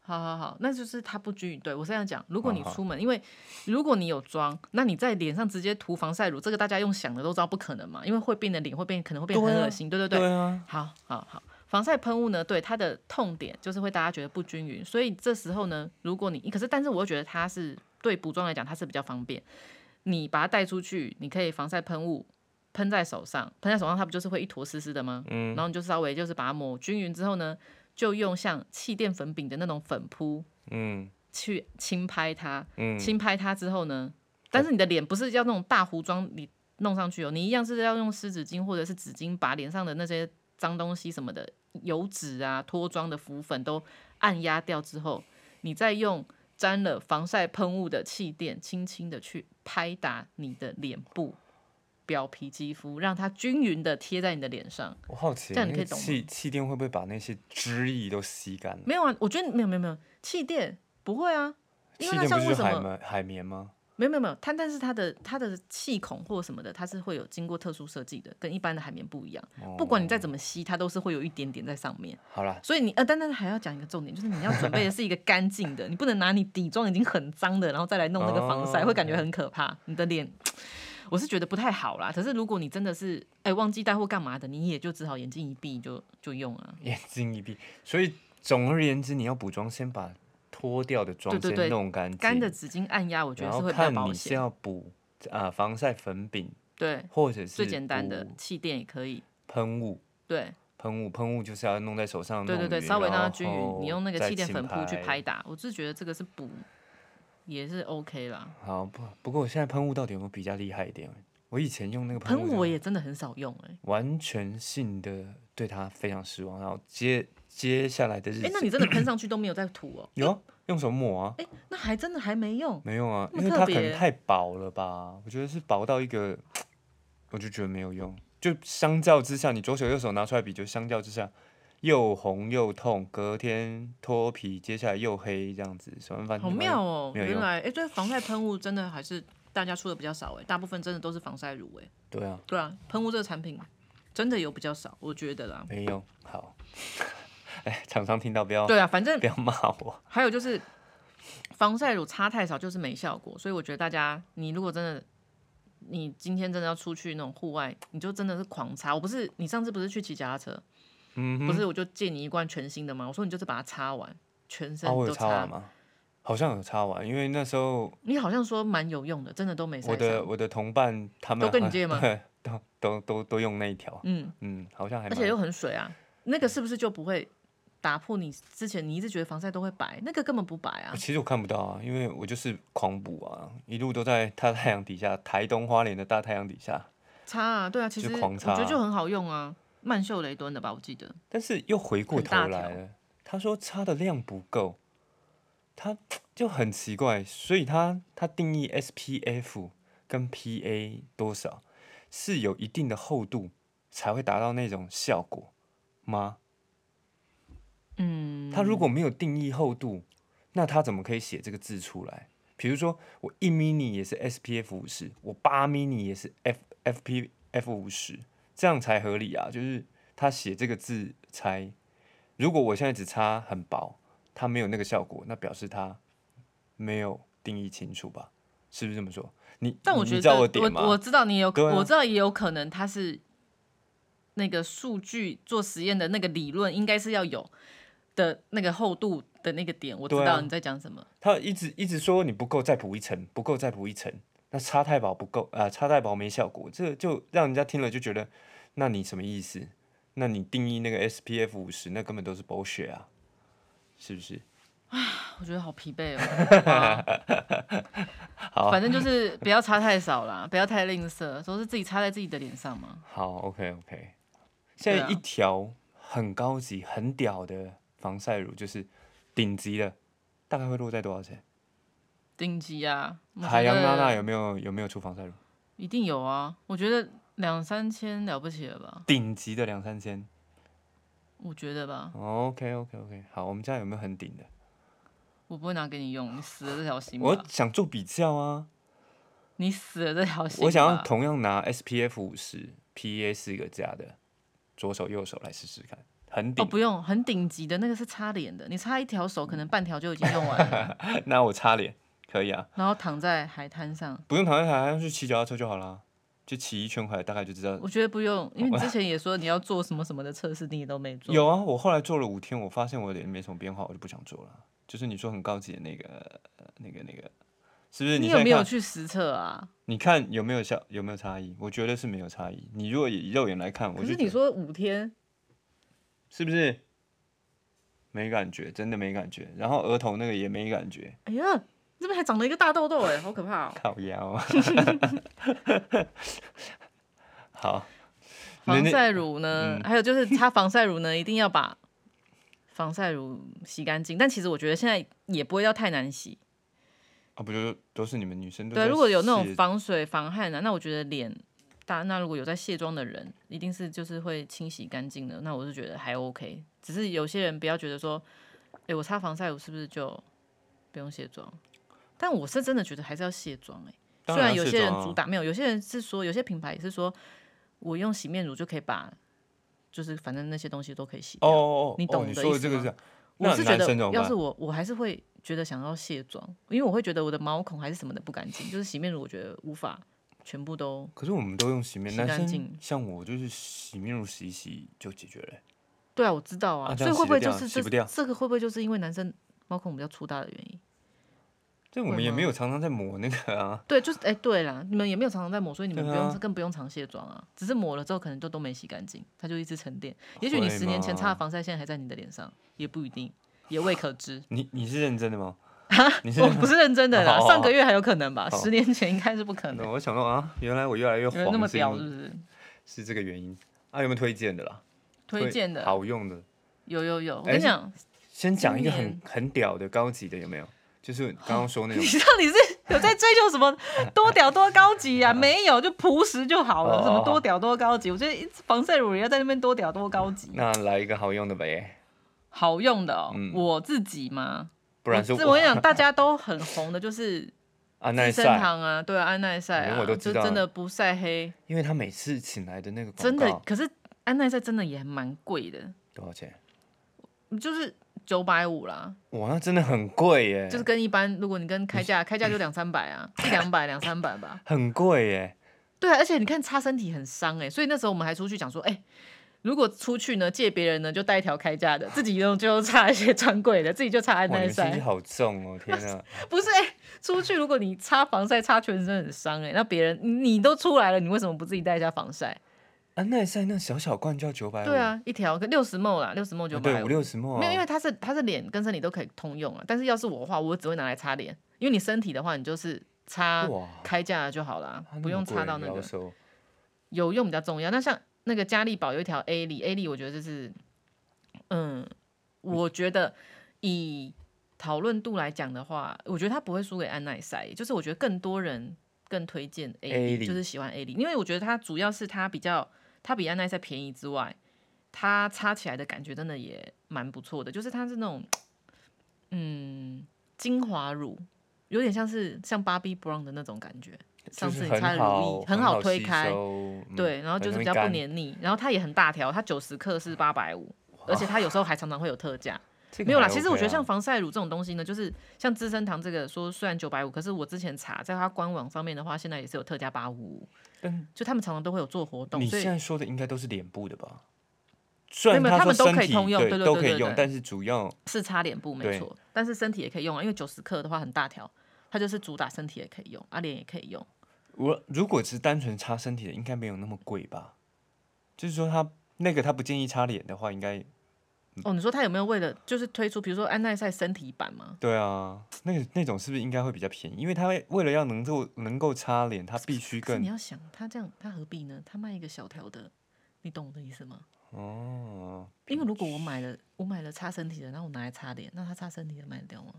B: 好好好，那就是它不均匀。对我是这样讲，如果你
A: 好好
B: 出门，因为如果你有妆，那你在脸上直接涂防晒乳，这个大家用想的都知道不可能嘛，因为会变得脸会变，可能会变得很
A: 对啊
B: 恶心。对对对，
A: 啊，
B: 好好好，防晒喷雾呢，对它的痛点就是会大家觉得不均匀，所以这时候呢，如果你可是，但是我又觉得它是对补妆来讲，它是比较方便。你把它带出去，你可以防晒喷雾喷在手上，喷在手上它不就是会一坨湿湿的吗？嗯，然后你就稍微就是把它抹均匀之后呢，就用像气垫粉饼的那种粉扑
A: 嗯
B: 去轻拍它，
A: 嗯，
B: 轻拍它之后呢，但是你的脸不是要那种大糊妆你弄上去哦，你一样是要用湿纸巾或者是纸巾把脸上的那些脏东西什么的油脂啊、脱妆的浮粉都按压掉之后，你再用沾了防晒喷雾的气垫，轻轻的去拍打你的脸部。表皮肌肤，让它均匀的贴在你的脸上。
A: 我好奇，
B: 这样你
A: 那
B: 可以
A: 个
B: 懂吗
A: 气气垫会不会把那些汁液都吸干了？
B: 没有啊，我觉得没有没有没有气垫不会啊，因
A: 气
B: 为
A: 垫不
B: 它像
A: 是
B: 为
A: 就
B: 什
A: 海
B: 么
A: 绵海绵吗？
B: 没有没有没有，它但是它的它的气孔或什么的，它是会有经过特殊设计的，跟一般的海绵不一样。
A: 哦
B: 不管你再怎么吸，它都是会有一点点在上面。
A: 好啦，
B: 所以你呃，但但是还要讲一个重点，就是你要准备的是一个干净的，你不能拿你底妆已经很脏的，然后再来弄那个防晒，
A: 哦
B: 会感觉很可怕。你的脸，我是觉得不太好啦。可是如果你真的是哎、忘记带或干嘛的，你也就只好眼睛一闭就就用啊。
A: 眼睛一闭，所以总而言之，你要补妆，先把脱掉的妆
B: 对对
A: 先
B: 对
A: 弄干净，
B: 干的纸巾按压，我觉
A: 然
B: 得是
A: 后
B: 会比较
A: 看
B: 保
A: 你是
B: 险。
A: 要补啊、防晒粉饼，
B: 对，
A: 或者是
B: 最简单的
A: 补
B: 气垫也可以。
A: 喷雾。
B: 对，
A: 喷雾，喷雾就是要弄在手上，
B: 对对
A: 弄
B: 对，
A: 匀
B: 稍微让它
A: 然
B: 均匀，
A: 后
B: 你用那个
A: 再
B: 气垫
A: 轻
B: 粉扑去拍。打，我是觉得这个是补，也是 OK 啦。
A: 好不？不过我现在喷雾到底有没有比较厉害一点？哎我以前用那个
B: 喷
A: 雾
B: 雾我也真的很少用哎、
A: 完全性的对它非常失望，然后接接下来的日
B: 哎、那
A: 子，
B: 你真的喷上去都没有在涂哦、
A: 有啊用手抹啊？
B: 哎、那还真的还没 用。
A: 没用啊，
B: 那
A: 因为
B: 么
A: 它
B: 特
A: 可能
B: 别
A: 太薄了吧？我觉得是薄到一个，我就觉得没有用。就相较之下，你左手右手拿出来比，就相较之下，又红又痛，隔天脱皮，接下来又黑这样子，手反正
B: 好妙哦、
A: 没有
B: 原
A: 用
B: 来哎、对防晒喷雾真的还是大家出的比较少哎、大部分真的都是防晒乳哎、
A: 对啊，
B: 对啊，喷雾这个产品真的有比较少，我觉得啦。
A: 没用。好， 哎，厂商听到不要
B: 对啊，反正
A: 不要骂我。
B: 还有就是防晒乳擦太少就是没效果，所以我觉得大家，你如果真的，你今天真的要出去那种户外，你就真的是狂擦。我不是你上次不是去骑脚踏车，
A: 嗯哼，
B: 不是我就借你一罐全新的吗？我说你就是把它擦完，全身
A: 啊，我
B: 都
A: 有擦完吗？好像有擦完，因为那时候
B: 你好像说蛮有用的，真的都没晒
A: 我的
B: 伤。
A: 我的同伴他们
B: 都跟你借 吗
A: 对都都都都用那一条，
B: 嗯，
A: 嗯，好像还
B: 而
A: 蛮
B: 且又很水啊，那个是不是就不会打破你之前你一直觉得防晒都会白，那个根本不白啊。
A: 其实我看不到啊，因为我就是狂补啊，一路都在大太阳底下，台东花莲的大太阳底下。
B: 擦啊，对啊，其
A: 就
B: 实
A: 狂
B: 我
A: 擦
B: 觉得就很好用啊，曼秀雷敦的吧，我记得。
A: 但是又回过
B: 很
A: 头
B: 大
A: 来
B: 条
A: 了，他说擦的量不够，他就很奇怪，所以他他定义 SPF 跟 PA 多少是有一定的厚度才会达到那种效果吗？
B: 嗯，
A: 他如果没有定义厚度，那他怎么可以写这个字出来？比如说我一 mini 也是 SPF 五十，我八 mini 也是 F FP F 五十，这样才合理啊！就是他写这个字才，如果我现在只擦很薄，它没有那个效果，那表示它没有定义清楚吧？是不是这么说？你
B: 但我
A: 你
B: 觉
A: 知道
B: 得
A: 我
B: 我
A: 点吗？
B: 知道你有，
A: 对啊
B: 我知道也有可能他是那个数据做实验的那个理论应该是要有的那个厚度的那个点，我知
A: 对啊
B: 道你在讲什么。
A: 他一直一直说你不够，再补一层，不够再补一层。那插太薄不够啊、呃插太薄没效果，这就让人家听了就觉得，那你什么意思？那你定义那个 SPF 五十，那根本都是 bullshit 啊，是不是？
B: 我觉得好疲 惫哦。好，反正就是不要擦太少啦，不要太吝啬，都是自己擦在自己的脸上嘛。
A: 好，OK OK。现在
B: 对啊
A: 一条很高级、很屌的防晒乳，就是顶级的，大概会落在多少钱？
B: 顶级啊，我觉
A: 海洋娜娜
B: 得
A: 有没有有没有出防晒乳？
B: 一定有啊，我觉得两三千了不起了吧？
A: 顶级的两三千。
B: 我觉得吧，
A: OK OK OK。好，我们家有没有很顶的？
B: 我不会拿给你用，你死了这条心吧，
A: 我想做比较啊，
B: 你死了这条心吧。
A: 我想要同样拿 SPF 五十 PA 四个加的，左手右手来试试看，很
B: 哦，
A: 顶。
B: 不用，很顶级的那个是擦脸的，你擦一条手可能半条就已经用完 了，
A: 那我擦脸可以啊，
B: 然后躺在海滩上。
A: 不用躺在海上去骑脚踏车就好啦，就骑一圈回来，大概就知道
B: 我觉得不用，因为你之前也说你要做什么什么的测试，你也都没做。
A: 有啊，我后来做了五天，我发现我脸没什么变化，我就不想做了。就是你说很高级的那个、呃那个、那个，是不是？
B: 你
A: 现
B: 有
A: 在
B: 没有
A: 看，
B: 去实测啊？
A: 你看有没有效，有没有差异？我觉得是没有差异。你如果以肉眼来看，我
B: 可
A: 就是觉
B: 你
A: 得
B: 说五天，
A: 是不是？没感觉，真的没感觉。然后额头那个也没感觉，
B: 哎呀，这边还长了一个大痘痘、哎，好可怕 哦、
A: 靠腰。好，
B: 防
A: 那
B: 晒乳呢，
A: 嗯
B: 还有就是擦防晒乳呢，一定要把防晒乳洗干净。但其实我觉得现在也不会要太难洗。
A: 啊，不就都是你们女生都
B: 对，
A: 在
B: 如果有那
A: 卸
B: 种防水防汗啊，那我觉得脸大，那如果有在卸妆的人，一定是就是会清洗干净的。那我是觉得还 OK，只是有些人不要觉得说，哎、我擦防晒乳是不是就不用卸妆？但我是真的觉得还是要卸妆哎、
A: 当
B: 虽
A: 然
B: 然有
A: 要卸
B: 些人
A: 妆啊
B: 主打没有，有些人是说，有些品牌也是说我用洗面乳就可以把，就是反正那些东西都可以洗
A: 哦
B: 掉。
A: 哦哦，
B: 你懂
A: 哦、你
B: 的
A: 说
B: 意
A: 的
B: 思
A: 这个
B: 吗
A: 是，
B: 我
A: 那
B: 是觉
A: 男生
B: 得
A: 怎么，
B: 要是
A: 办？
B: 我，我还是会觉得想要卸妆，因为我会觉得我的毛孔还是什么的不干净，就是洗面乳，我觉得无法全部都。
A: 可是我们都用洗面，
B: 洗
A: 男
B: 干
A: 生
B: 净
A: 像我就是洗面乳洗一洗就解决了欸、
B: 对啊，我知道啊，
A: 啊这
B: 所以
A: 样
B: 会
A: 洗
B: 不
A: 得
B: 会就
A: 掉
B: 是
A: 洗
B: 这
A: 不掉
B: 这个会不会就是因为男生毛孔比较粗大的原因？
A: 这我
B: 会
A: 们也没
B: 吗
A: 有常常在抹那个啊，
B: 对，就是哎、对啦，你们也没有常常在抹，所以你们
A: 对
B: 不用、
A: 啊
B: 更不用常卸妆啊，只是抹了之后可能就都没洗干净，它就一直沉淀。也许你
A: 会
B: 十年前擦
A: 吗。
B: 的防晒现在还在你的脸上，也不一定，也未可知
A: 你你是认真的吗？你是
B: 我不是认真的啦，
A: 哦
B: 上个月还有可能吧，
A: 哦
B: 十年前应该是不可
A: 那
B: 能。
A: 我想到啊，原来我越来越
B: 有人那
A: 黄
B: 么
A: 是因
B: 屌
A: 为
B: 是不是？
A: 是这个原因啊？有没有推荐的啦？
B: 推荐的
A: 好用的，
B: 有有有，我
A: 哎
B: 跟你讲，
A: 先讲一个很
B: 年
A: 很屌的高级的有没有？就是刚刚说那种
B: 你到底是有在追求什么多屌多高级 啊？没有，就朴实就好
A: 哦哦哦
B: 了。什么多屌多高级？我觉得一直防晒乳也要在那边多屌多高级，
A: 那来一个好用的呗，
B: 好用的哦
A: 嗯。
B: 我自己嘛，
A: 不然是
B: 哦我自我跟你讲，大家都很红的，就是
A: 啊 耐
B: 资生
A: 晒，
B: 堂啊，对啊，安耐晒
A: 连我
B: 啊
A: 都，知
B: 就
A: 道
B: 真的不晒黑，
A: 因为他每次请来的那个广
B: 真的
A: 告。
B: 可是安耐晒真的也蛮贵的，
A: 多少钱？
B: 就是九百五啦，
A: 哇，那真的很贵耶，
B: 就是跟一般如果你跟开
A: 嗯
B: 价开价就两三百啊，一两百两三百吧。
A: 很贵耶。
B: 对啊，而且你看擦身体很伤哎、所以那时候我们还出去讲说，哎、如果出去呢借别人呢就带一条开价的，自己用就擦一些专柜的，自己就擦安
A: 哇，你
B: 耐
A: 们心机
B: 晒。
A: 好重哦，天 啊！
B: 不是哎、出去如果你擦防晒擦全身很伤哎、那别人你你都出来了，你为什么不自己带一下防晒？
A: 安耐晒啊那小小罐就要九百五，
B: 对，啊，一条六十 ml 啦，六十 ml 就
A: 哎对
B: 买
A: 五。六十啊墨，
B: 没有，因为它是它是脸跟身体都可以通用啊。但是要是我的话，我只会拿来擦脸，因为你身体的话，你就是擦
A: 哇
B: 开价就好啦，不用擦到那个。
A: 个。
B: 有用比较重要。那像那个嘉利宝有一条 A 里 A 里我觉得就是，嗯，我觉得以讨论度来讲的话，我觉得它不会输给安耐晒，就是我觉得更多人更推荐 A 里，
A: A-Li
B: 就是喜欢 A 里，因为我觉得它主要是它比较，它比安耐晒便宜之外，它擦起来的感觉真的也蛮不错的，就是它是那种，嗯，精华乳。有点像是像 Bobbi Brown 的那种感觉，上
A: 就是
B: 次你
A: 很
B: 擦的乳
A: 好
B: 液，很
A: 好
B: 推
A: 吸
B: 开，
A: 收，嗯
B: 对，然后
A: 很
B: 就是
A: 容易
B: 比较不
A: 干
B: 黏腻，然后它也很大条，它九十克是八百五，而且它有时候还常常会有特价，
A: 这个
B: 没有啦，
A: 还
B: 其实我
A: OK
B: 觉得像
A: 啊
B: 防晒乳这种东西呢，就是像资生堂这个说虽然九百五，可是我之前查在它官网上面的话，现在也是有特价八五五，
A: 但
B: 就他们常常都会有做活动，
A: 你
B: 所
A: 现
B: 以
A: 在说的应该都是脸部的吧？虽然
B: 没有他
A: 说
B: 们都
A: 身
B: 可以
A: 体
B: 通用
A: 对
B: 对对
A: 都
B: 对
A: 可以
B: 对
A: 用
B: 对，
A: 但是主要
B: 是擦脸部没
A: 对
B: 错，但是身体也可以用啊，因为九十克的话很大条，它就是主打身体也可以用，啊脸也可以用，
A: 我如果只是单纯擦身体的，应该没有那么贵吧？就是说他那个他不建议擦脸的话，应该嗯
B: 哦，你说他有没有为了就是推出，比如说安耐晒身体版吗？
A: 对啊，那个那种是不是应该会比较便宜？因为他会为了要能够能够擦脸，他必须
B: 可是你
A: 更
B: 要想，他这样他何必呢？他卖一个小条的，你懂我的意思吗？
A: 哦，
B: 因为如果我买了我买了擦身体的，然后我拿来擦脸，那他擦身体的卖得掉吗？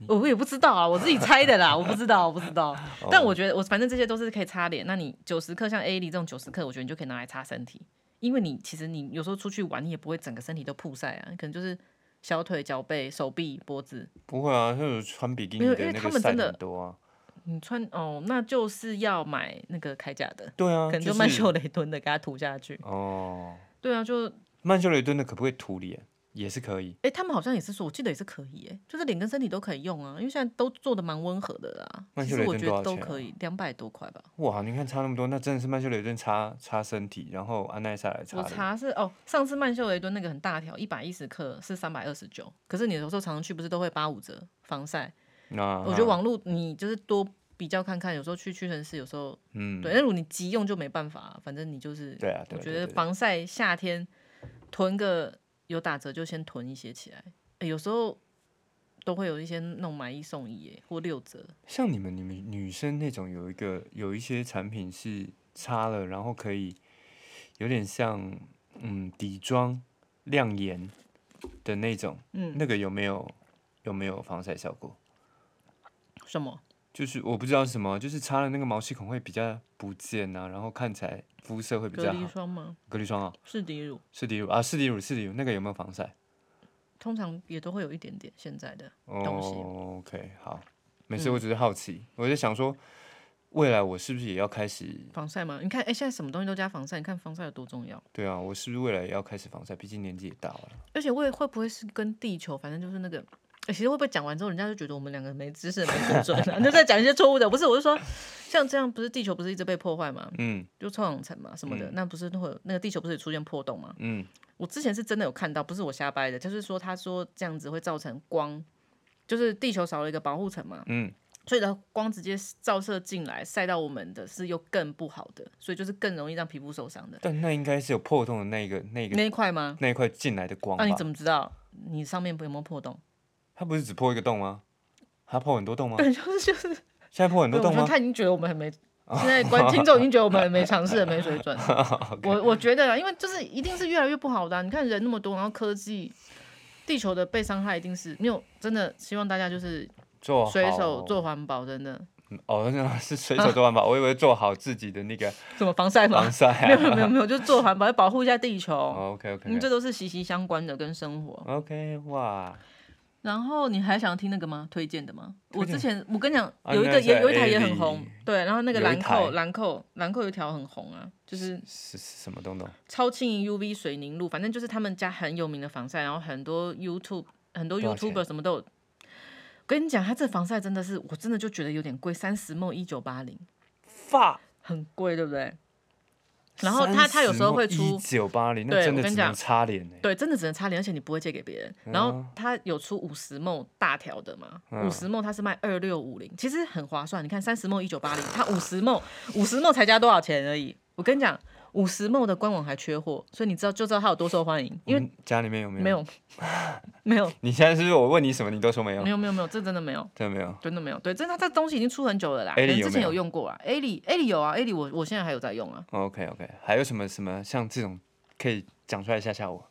A: 嗯
B: 我也不知道啊，我自己猜的啦，我不知道，我不 知道。
A: 哦
B: 但我觉得我反正这些都是可以擦脸。那你九十克像 A 里这种九十克，我觉得你就可以拿来擦身体，因为你其实你有时候出去玩，你也不会整个身体都曝晒啊，你可能就是小腿、脚背、手臂、脖子。
A: 不会啊，就是穿比基尼
B: 没有因
A: 的
B: 为
A: 那
B: 他
A: 个
B: 们
A: 晒
B: 真
A: 得
B: 的
A: 很多啊，
B: 你穿哦，那就是要买那个铠甲的，
A: 对啊，
B: 可能
A: 就
B: 就曼
A: 是
B: 秀雷敦的给它涂 下去。
A: 哦，
B: 对啊，就
A: 曼秀雷敦的可不可以涂脸？也是可以，
B: 哎、他们好像也是说，我记得也是可以、哎，就是脸跟身体都可以用啊，因为现在都做的蛮温和的啦。
A: 曼
B: 其
A: 秀
B: 实
A: 雷
B: 我
A: 敦
B: 觉
A: 多
B: 得
A: 少
B: 都
A: 钱啊
B: 可以，两百多块吧。
A: 哇，你看差那么多，那真的是曼秀雷敦擦擦身体，然后安耐晒来擦
B: 我
A: 脸。
B: 查是哦，上次曼秀雷敦那个很大条，一百一十克是三百二十九，可是你有时候常常去不是都会八五折防晒？
A: 那
B: 我觉得网络你就是多比较看看，有时候去屈臣氏，有时候
A: 嗯，
B: 对，那如果你急用就没办法、反正你就是
A: 对啊，对
B: 我
A: 啊
B: 觉
A: 对啊
B: 得
A: 对啊
B: 防晒夏天囤个有打折就先囤一些起来，诶有时候都会有一些那种买一送一诶或六折，
A: 像你们你们女生那种有一个有一些产品是擦了，然后可以有点像嗯底妆亮颜的那种，
B: 嗯，
A: 那个有没有有没有防晒效果？
B: 什么？
A: 就是我不知道是什么，就是擦了那个毛细孔会比较不见啊，然后看起来肤色会比
B: 隔
A: 较
B: 离
A: 好。
B: 霜吗？
A: 隔离霜啊，
B: 是底乳，
A: 是底乳啊，是底乳，是底乳，那个有没有防晒？
B: 通常也都会有一点点。现在的东西嗯
A: 哦，OK，好，没事，我只是好奇，我就想说，未来我是不是也要开始？
B: 防晒吗？你看，哎、现在什么东西都加防晒，你看防晒有多重要。
A: 对啊，我是不是未来也要开始防晒？毕竟年纪也大了。
B: 而且会会不会是跟地球，反正就是那个，欸、其实会不会讲完之后，人家就觉得我们两个没知识、没水准了、 就在讲一些错误的？不是，我是说，像这样，不是地球不是一直被破坏吗？
A: 嗯
B: 就臭氧层嘛什么的，那不是会有那个地球不是也出现破洞吗？
A: 嗯，
B: 我之前是真的有看到，不是我瞎掰的，就是说他说这样子会造成光，就是地球少了一个保护层嘛，
A: 嗯，
B: 所以呢光直接照射进来，晒到我们的是又更不好的，所以就是更容易让皮肤受伤的
A: 但那应该是有破洞的那一个那一个
B: 那一块吗？
A: 那一块进来的光吧
B: 那、？你怎么知道你上面有没有 破洞？
A: 它不是只破一个洞吗？它破很多洞吗？
B: 对，就是就是，
A: 现在破很多
B: 对我
A: 洞
B: 觉得
A: 吗？哦
B: 他已经觉得我们 很没，现在观听众已经觉得我们很没尝试、很没水准。我我觉得啊，因为就是一定是越来越不好的啊、你看人那么多，然后科技。地球的被伤害一定是没有，真的希望大家就是
A: 做好
B: 随手做啊环保，真的
A: 哦，那是随手做完吧？我以为做好自己的那个
B: 什么防晒吗
A: 防？晒
B: 啊没
A: 啊。
B: 有没有没有，就做环保，要保护一下地球。
A: OK OK
B: 嗯，
A: OK
B: 这都是息息相关的，跟生活。
A: OK，哇，
B: 然后你还想听那个吗？推荐的吗？我
A: 推荐
B: 之前我跟你讲，
A: 啊
B: 有一
A: 那
B: 个
A: 是
B: 也有一台
A: AV
B: 也很红，对，然后那个
A: 有一
B: 兰蔻
A: 台
B: 兰蔻兰蔻有一条很红啊，就是
A: 是是什么东东？
B: 超轻盈 UV 水凝露，反正就是他们家很有名的防晒，然后很多 YouTube 很多
A: 多少钱
B: YouTuber 什么都有。我跟你讲，它这防晒真的是，我真的就觉得有点贵，三十梦一九八零，
A: 发。
B: 很贵，对不对？然后他他有时候会出
A: 九八零，那
B: 对
A: 真的
B: 我
A: 只
B: 跟
A: 能
B: 你讲
A: 擦脸欸呢、
B: 对，真的只能擦脸，而且你不会借给别人。
A: 嗯
B: 然后它有出五十梦大条的嘛？五十梦它是卖二六五零，其实很划算。你看三十梦一九八零，它五十梦五十梦才加多少钱而已？我跟你讲，五十梦的官网还缺货，所以你知道就知道它有多受欢迎，因为
A: 嗯家里面有没有？
B: 没有没 有
A: 你现在是不是我问你什么你都说没有
B: 没？有没有没有，这真的没有。
A: 真的没有。
B: 真的没有，对，真的，它这东西已经出很久了啦，可
A: A 里
B: 能
A: 有
B: 之前
A: 没有
B: 有用过啊，A 里 A 里有啊，A 里我我现在还有在用啊，
A: OK OK，还有什么什么像这种可以讲出来吓吓我？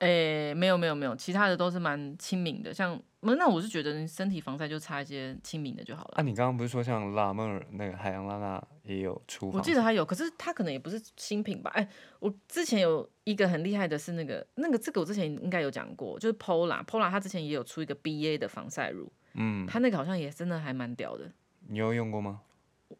B: 诶、没有没有没有，其他的都是蛮亲民的，像嗯那我是觉得你身体防晒就擦一些亲民的就好了。
A: 啊，你刚刚不是说像拉妹儿那个海洋拉拉也有出
B: 我
A: 防？
B: 记得它有，可是它可能也不是新品吧？哎、我之前有一个很厉害的是那个那个这个我之前应该有讲过，就是 Pola Pola 它之前也有出一个 BA 的防晒乳，
A: 嗯，
B: 它那个好像也真的还蛮屌的，
A: 你有用过吗？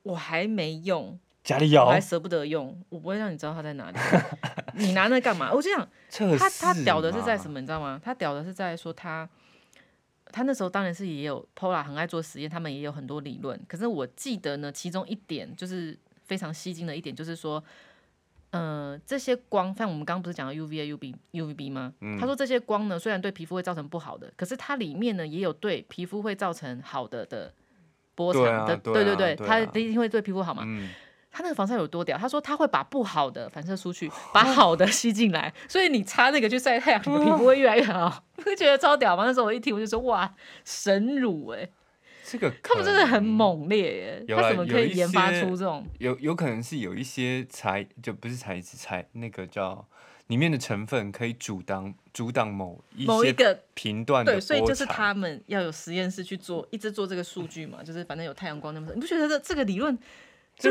B: 我还没用，
A: 家里有
B: 我还舍不得用，我不会让你知道它在哪里。 你拿那干嘛？我就想，
A: 测试啊
B: 他他屌的是在什
A: 么？
B: 么，你知道吗？他屌的是在说他，他那时候当然是也有 Pola 很爱做实验，他们也有很多理论。可是我记得呢，其中一点就是非常吸睛的一点，就是说，呃，这些光，像我们刚刚不是讲到啊 UVA、UV、UVB 吗？他
A: 嗯
B: 说这些光呢，虽然对皮肤会造成不好的，可是它里面呢也有对皮肤会造成好的的波长
A: 对啊
B: 的，
A: 对
B: 对
A: 啊
B: 对，
A: 对
B: 它
A: 啊
B: 一定会对皮肤好嘛。
A: 嗯，
B: 他那个防晒有多屌？他说他会把不好的反射 出去，把好的吸进来，所以你擦那个去晒太阳，你
A: 哦
B: 的皮肤会越来越好。 我就觉得超屌嘛！那时候我一听我就说哇，神乳哎、
A: 这个
B: 他们真的很猛烈耶、
A: 嗯有
B: 他
A: 啦
B: 怎么可以研发
A: 有一些
B: 出这种？
A: 有有可能是有一些材就不是材质材那个叫里面的成分可以阻挡阻挡某一
B: 某一
A: 些
B: 个
A: 频段的
B: 对，所以
A: 波
B: 就是
A: 长
B: 他们要有实验室去做，一直做这个数据嘛，就是反正有太阳光那么，你不觉得这这个理论就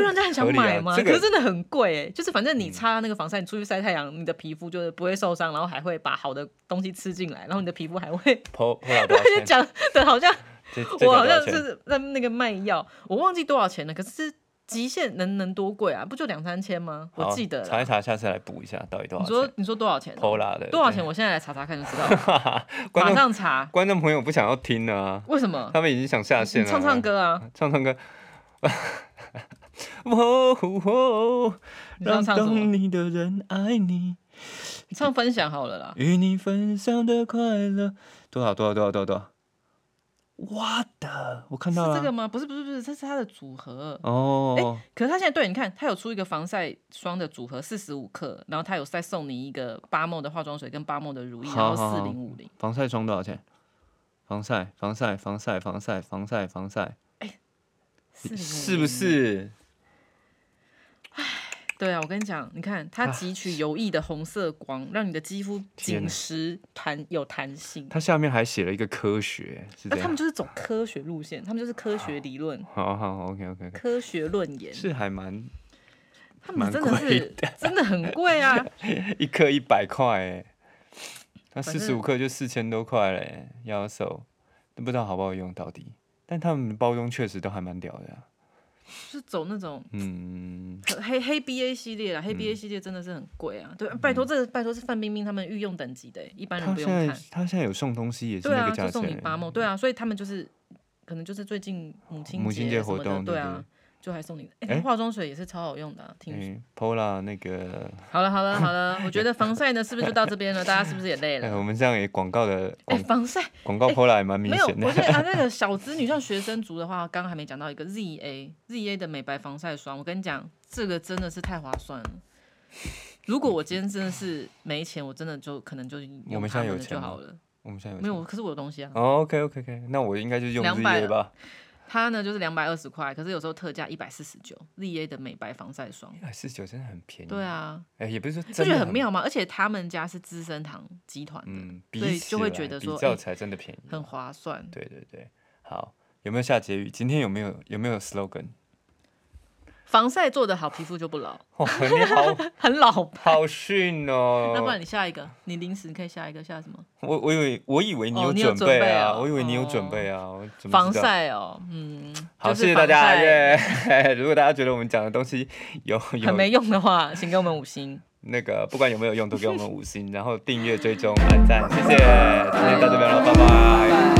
A: 这
B: 让人家很想
A: 合理啊
B: 买吗？
A: 这个嗯
B: 可是真的很贵哎、就是反正你擦那个防晒，你出去晒太阳，你的皮肤就是不会受伤，然后还会把好的东西吃进来，然后你的皮肤还会。
A: Po- Pola 多
B: 我
A: 少
B: 就
A: 钱？
B: 讲的好 像
A: 这这
B: 我
A: 个
B: 好
A: 多少
B: 像
A: 钱
B: 是在那个卖药，我忘记多少钱了，可是极限能能多贵啊？不就两三千吗？我
A: 好
B: 记得
A: 查
B: 啦。
A: 一查，下次来补一下到底多
B: 你
A: 少
B: 说
A: 钱。
B: 你说多少钱啊？
A: Pola 的
B: 多少钱？？我现在来查查看就知道
A: 对
B: 了，
A: 哈哈 观
B: 马
A: 众
B: 上查。
A: 观众朋友不想要听了啊，
B: 为什么？
A: 他们已经想下线
B: 哦你
A: 了。
B: 唱唱，歌啊！
A: 唱唱歌。 哦哦，
B: 你知道
A: 让
B: 唱什么？
A: 懂你的人爱你，
B: 你唱分享好了啦。
A: 与你分享的快乐。多少多少多少多少多少？我的，我看
B: 是
A: 到了。
B: 这个吗？不是不是不是，这是它的组合。
A: 哦，
B: 可是它现在对你看，它有出一个防晒霜的组合，四十五克，然后它有再送你一个八梦的化妆水跟八梦的乳液，然后
A: 好
B: 四
A: 好好
B: 零五零。
A: 防晒霜多少钱？防晒防晒防晒防晒防晒防晒，
B: 405
A: 是不是？
B: 对啊，我跟你讲，你看它
A: 啊
B: 汲取有益的红色光，让你的肌肤
A: 天
B: 紧
A: 哪
B: 实、弹有弹性。
A: 它下面还写了一个科学，是这
B: 那啊他
A: 样
B: 们。就是走科学路线，他们就是科学理论、
A: 好好，OK OK OK，
B: 科学论言。
A: 是还蛮
B: 他们真的
A: 蛮贵
B: 是真的很贵 啊！
A: 一克一百块哎，那
B: 反
A: 四十
B: 正
A: 五克就四千多块嘞，要手都不知道好不好用到底。但他们的包装确实都还蛮屌的啊、
B: 就是走那种
A: 嗯，
B: 黑黑 BA 系列啦，黑 BA 系列真的是很贵啊！
A: 嗯
B: 对，拜托这拜托是范冰冰他们御用等级的欸，一般人
A: 他
B: 不
A: 现
B: 用
A: 在
B: 看。
A: 他现在有送东西也是
B: 对
A: 那
B: 啊，
A: 个
B: 就
A: 价
B: 送你
A: 钱，欸嗯
B: 八梦。对啊，所以他们就是可能就是最近母亲
A: 母亲
B: 节
A: 节
B: 什
A: 活
B: 么的
A: 动
B: 对
A: 对
B: 啊
A: 对，
B: 就还送你。哎，它
A: 哎
B: 化妆水也是超好用的啊，听说。
A: 嗯，Pola 那个，
B: 好了好了好了，我觉得防晒呢是不是就到这边了？大家是不是也累
A: 哎，
B: 了？
A: 我们这样也广告的
B: 哎、
A: 广
B: 防晒
A: 广告 Pola 也蛮哦明
B: 没有，
A: 显
B: 我
A: 的，
B: 觉得啊，那个小资女像学生族的话，刚刚还没讲到一个 ZA ZA 的美白防晒霜，我跟你讲，这个真的是太划算了。如果我今天真的是没钱，我真的就可能就
A: 我
B: 用
A: 们现在
B: 他们
A: 有
B: 的
A: 钱
B: 就
A: 吗
B: 好了。
A: 我们现在有
B: 没有，可是我有东西啊。
A: 哦，OK OK OK，那我应该就用
B: 200
A: Z
B: 了
A: A 吧，
B: 它呢就是两百二十块，可是有时候特价一百四十九，ZA 的美白防晒霜。
A: 哎，四十九真的很便宜，
B: 对，啊，
A: 哎，也不是说
B: 这
A: 真
B: 觉
A: 的
B: 得很，妙吗？而且他们家是资生堂集团的，
A: 嗯，
B: 所以
A: 比起
B: 就会
A: 来
B: 觉得
A: 比
B: 说哎
A: 较才真的便宜，
B: 很划算。
A: 对对对，好，有没有下结语？今天有没有有没有 slogan？
B: 防晒做得好，皮肤就不老，
A: 哇，你 好
B: 很老。
A: 好逊哦！
B: 那不然你下一个，你临时可以下一个下什么？
A: 我我以为我以为你
B: 哦
A: 有
B: 你有
A: 准
B: 准备
A: 啊，
B: 哦
A: 我以为你有准备啊，我怎么
B: 防
A: 知道？
B: 晒哦，嗯，
A: 好，
B: 就是
A: 谢谢大
B: 防
A: 家
B: 晒
A: 耶！ 如果大家觉得我们讲的东西有
B: 很
A: 有
B: 没用的话，请给我们五星。
A: 那个，不管有没有用，都给我们五星，然后订阅、追踪、按赞，谢谢，今天到这边了，拜拜。
B: 拜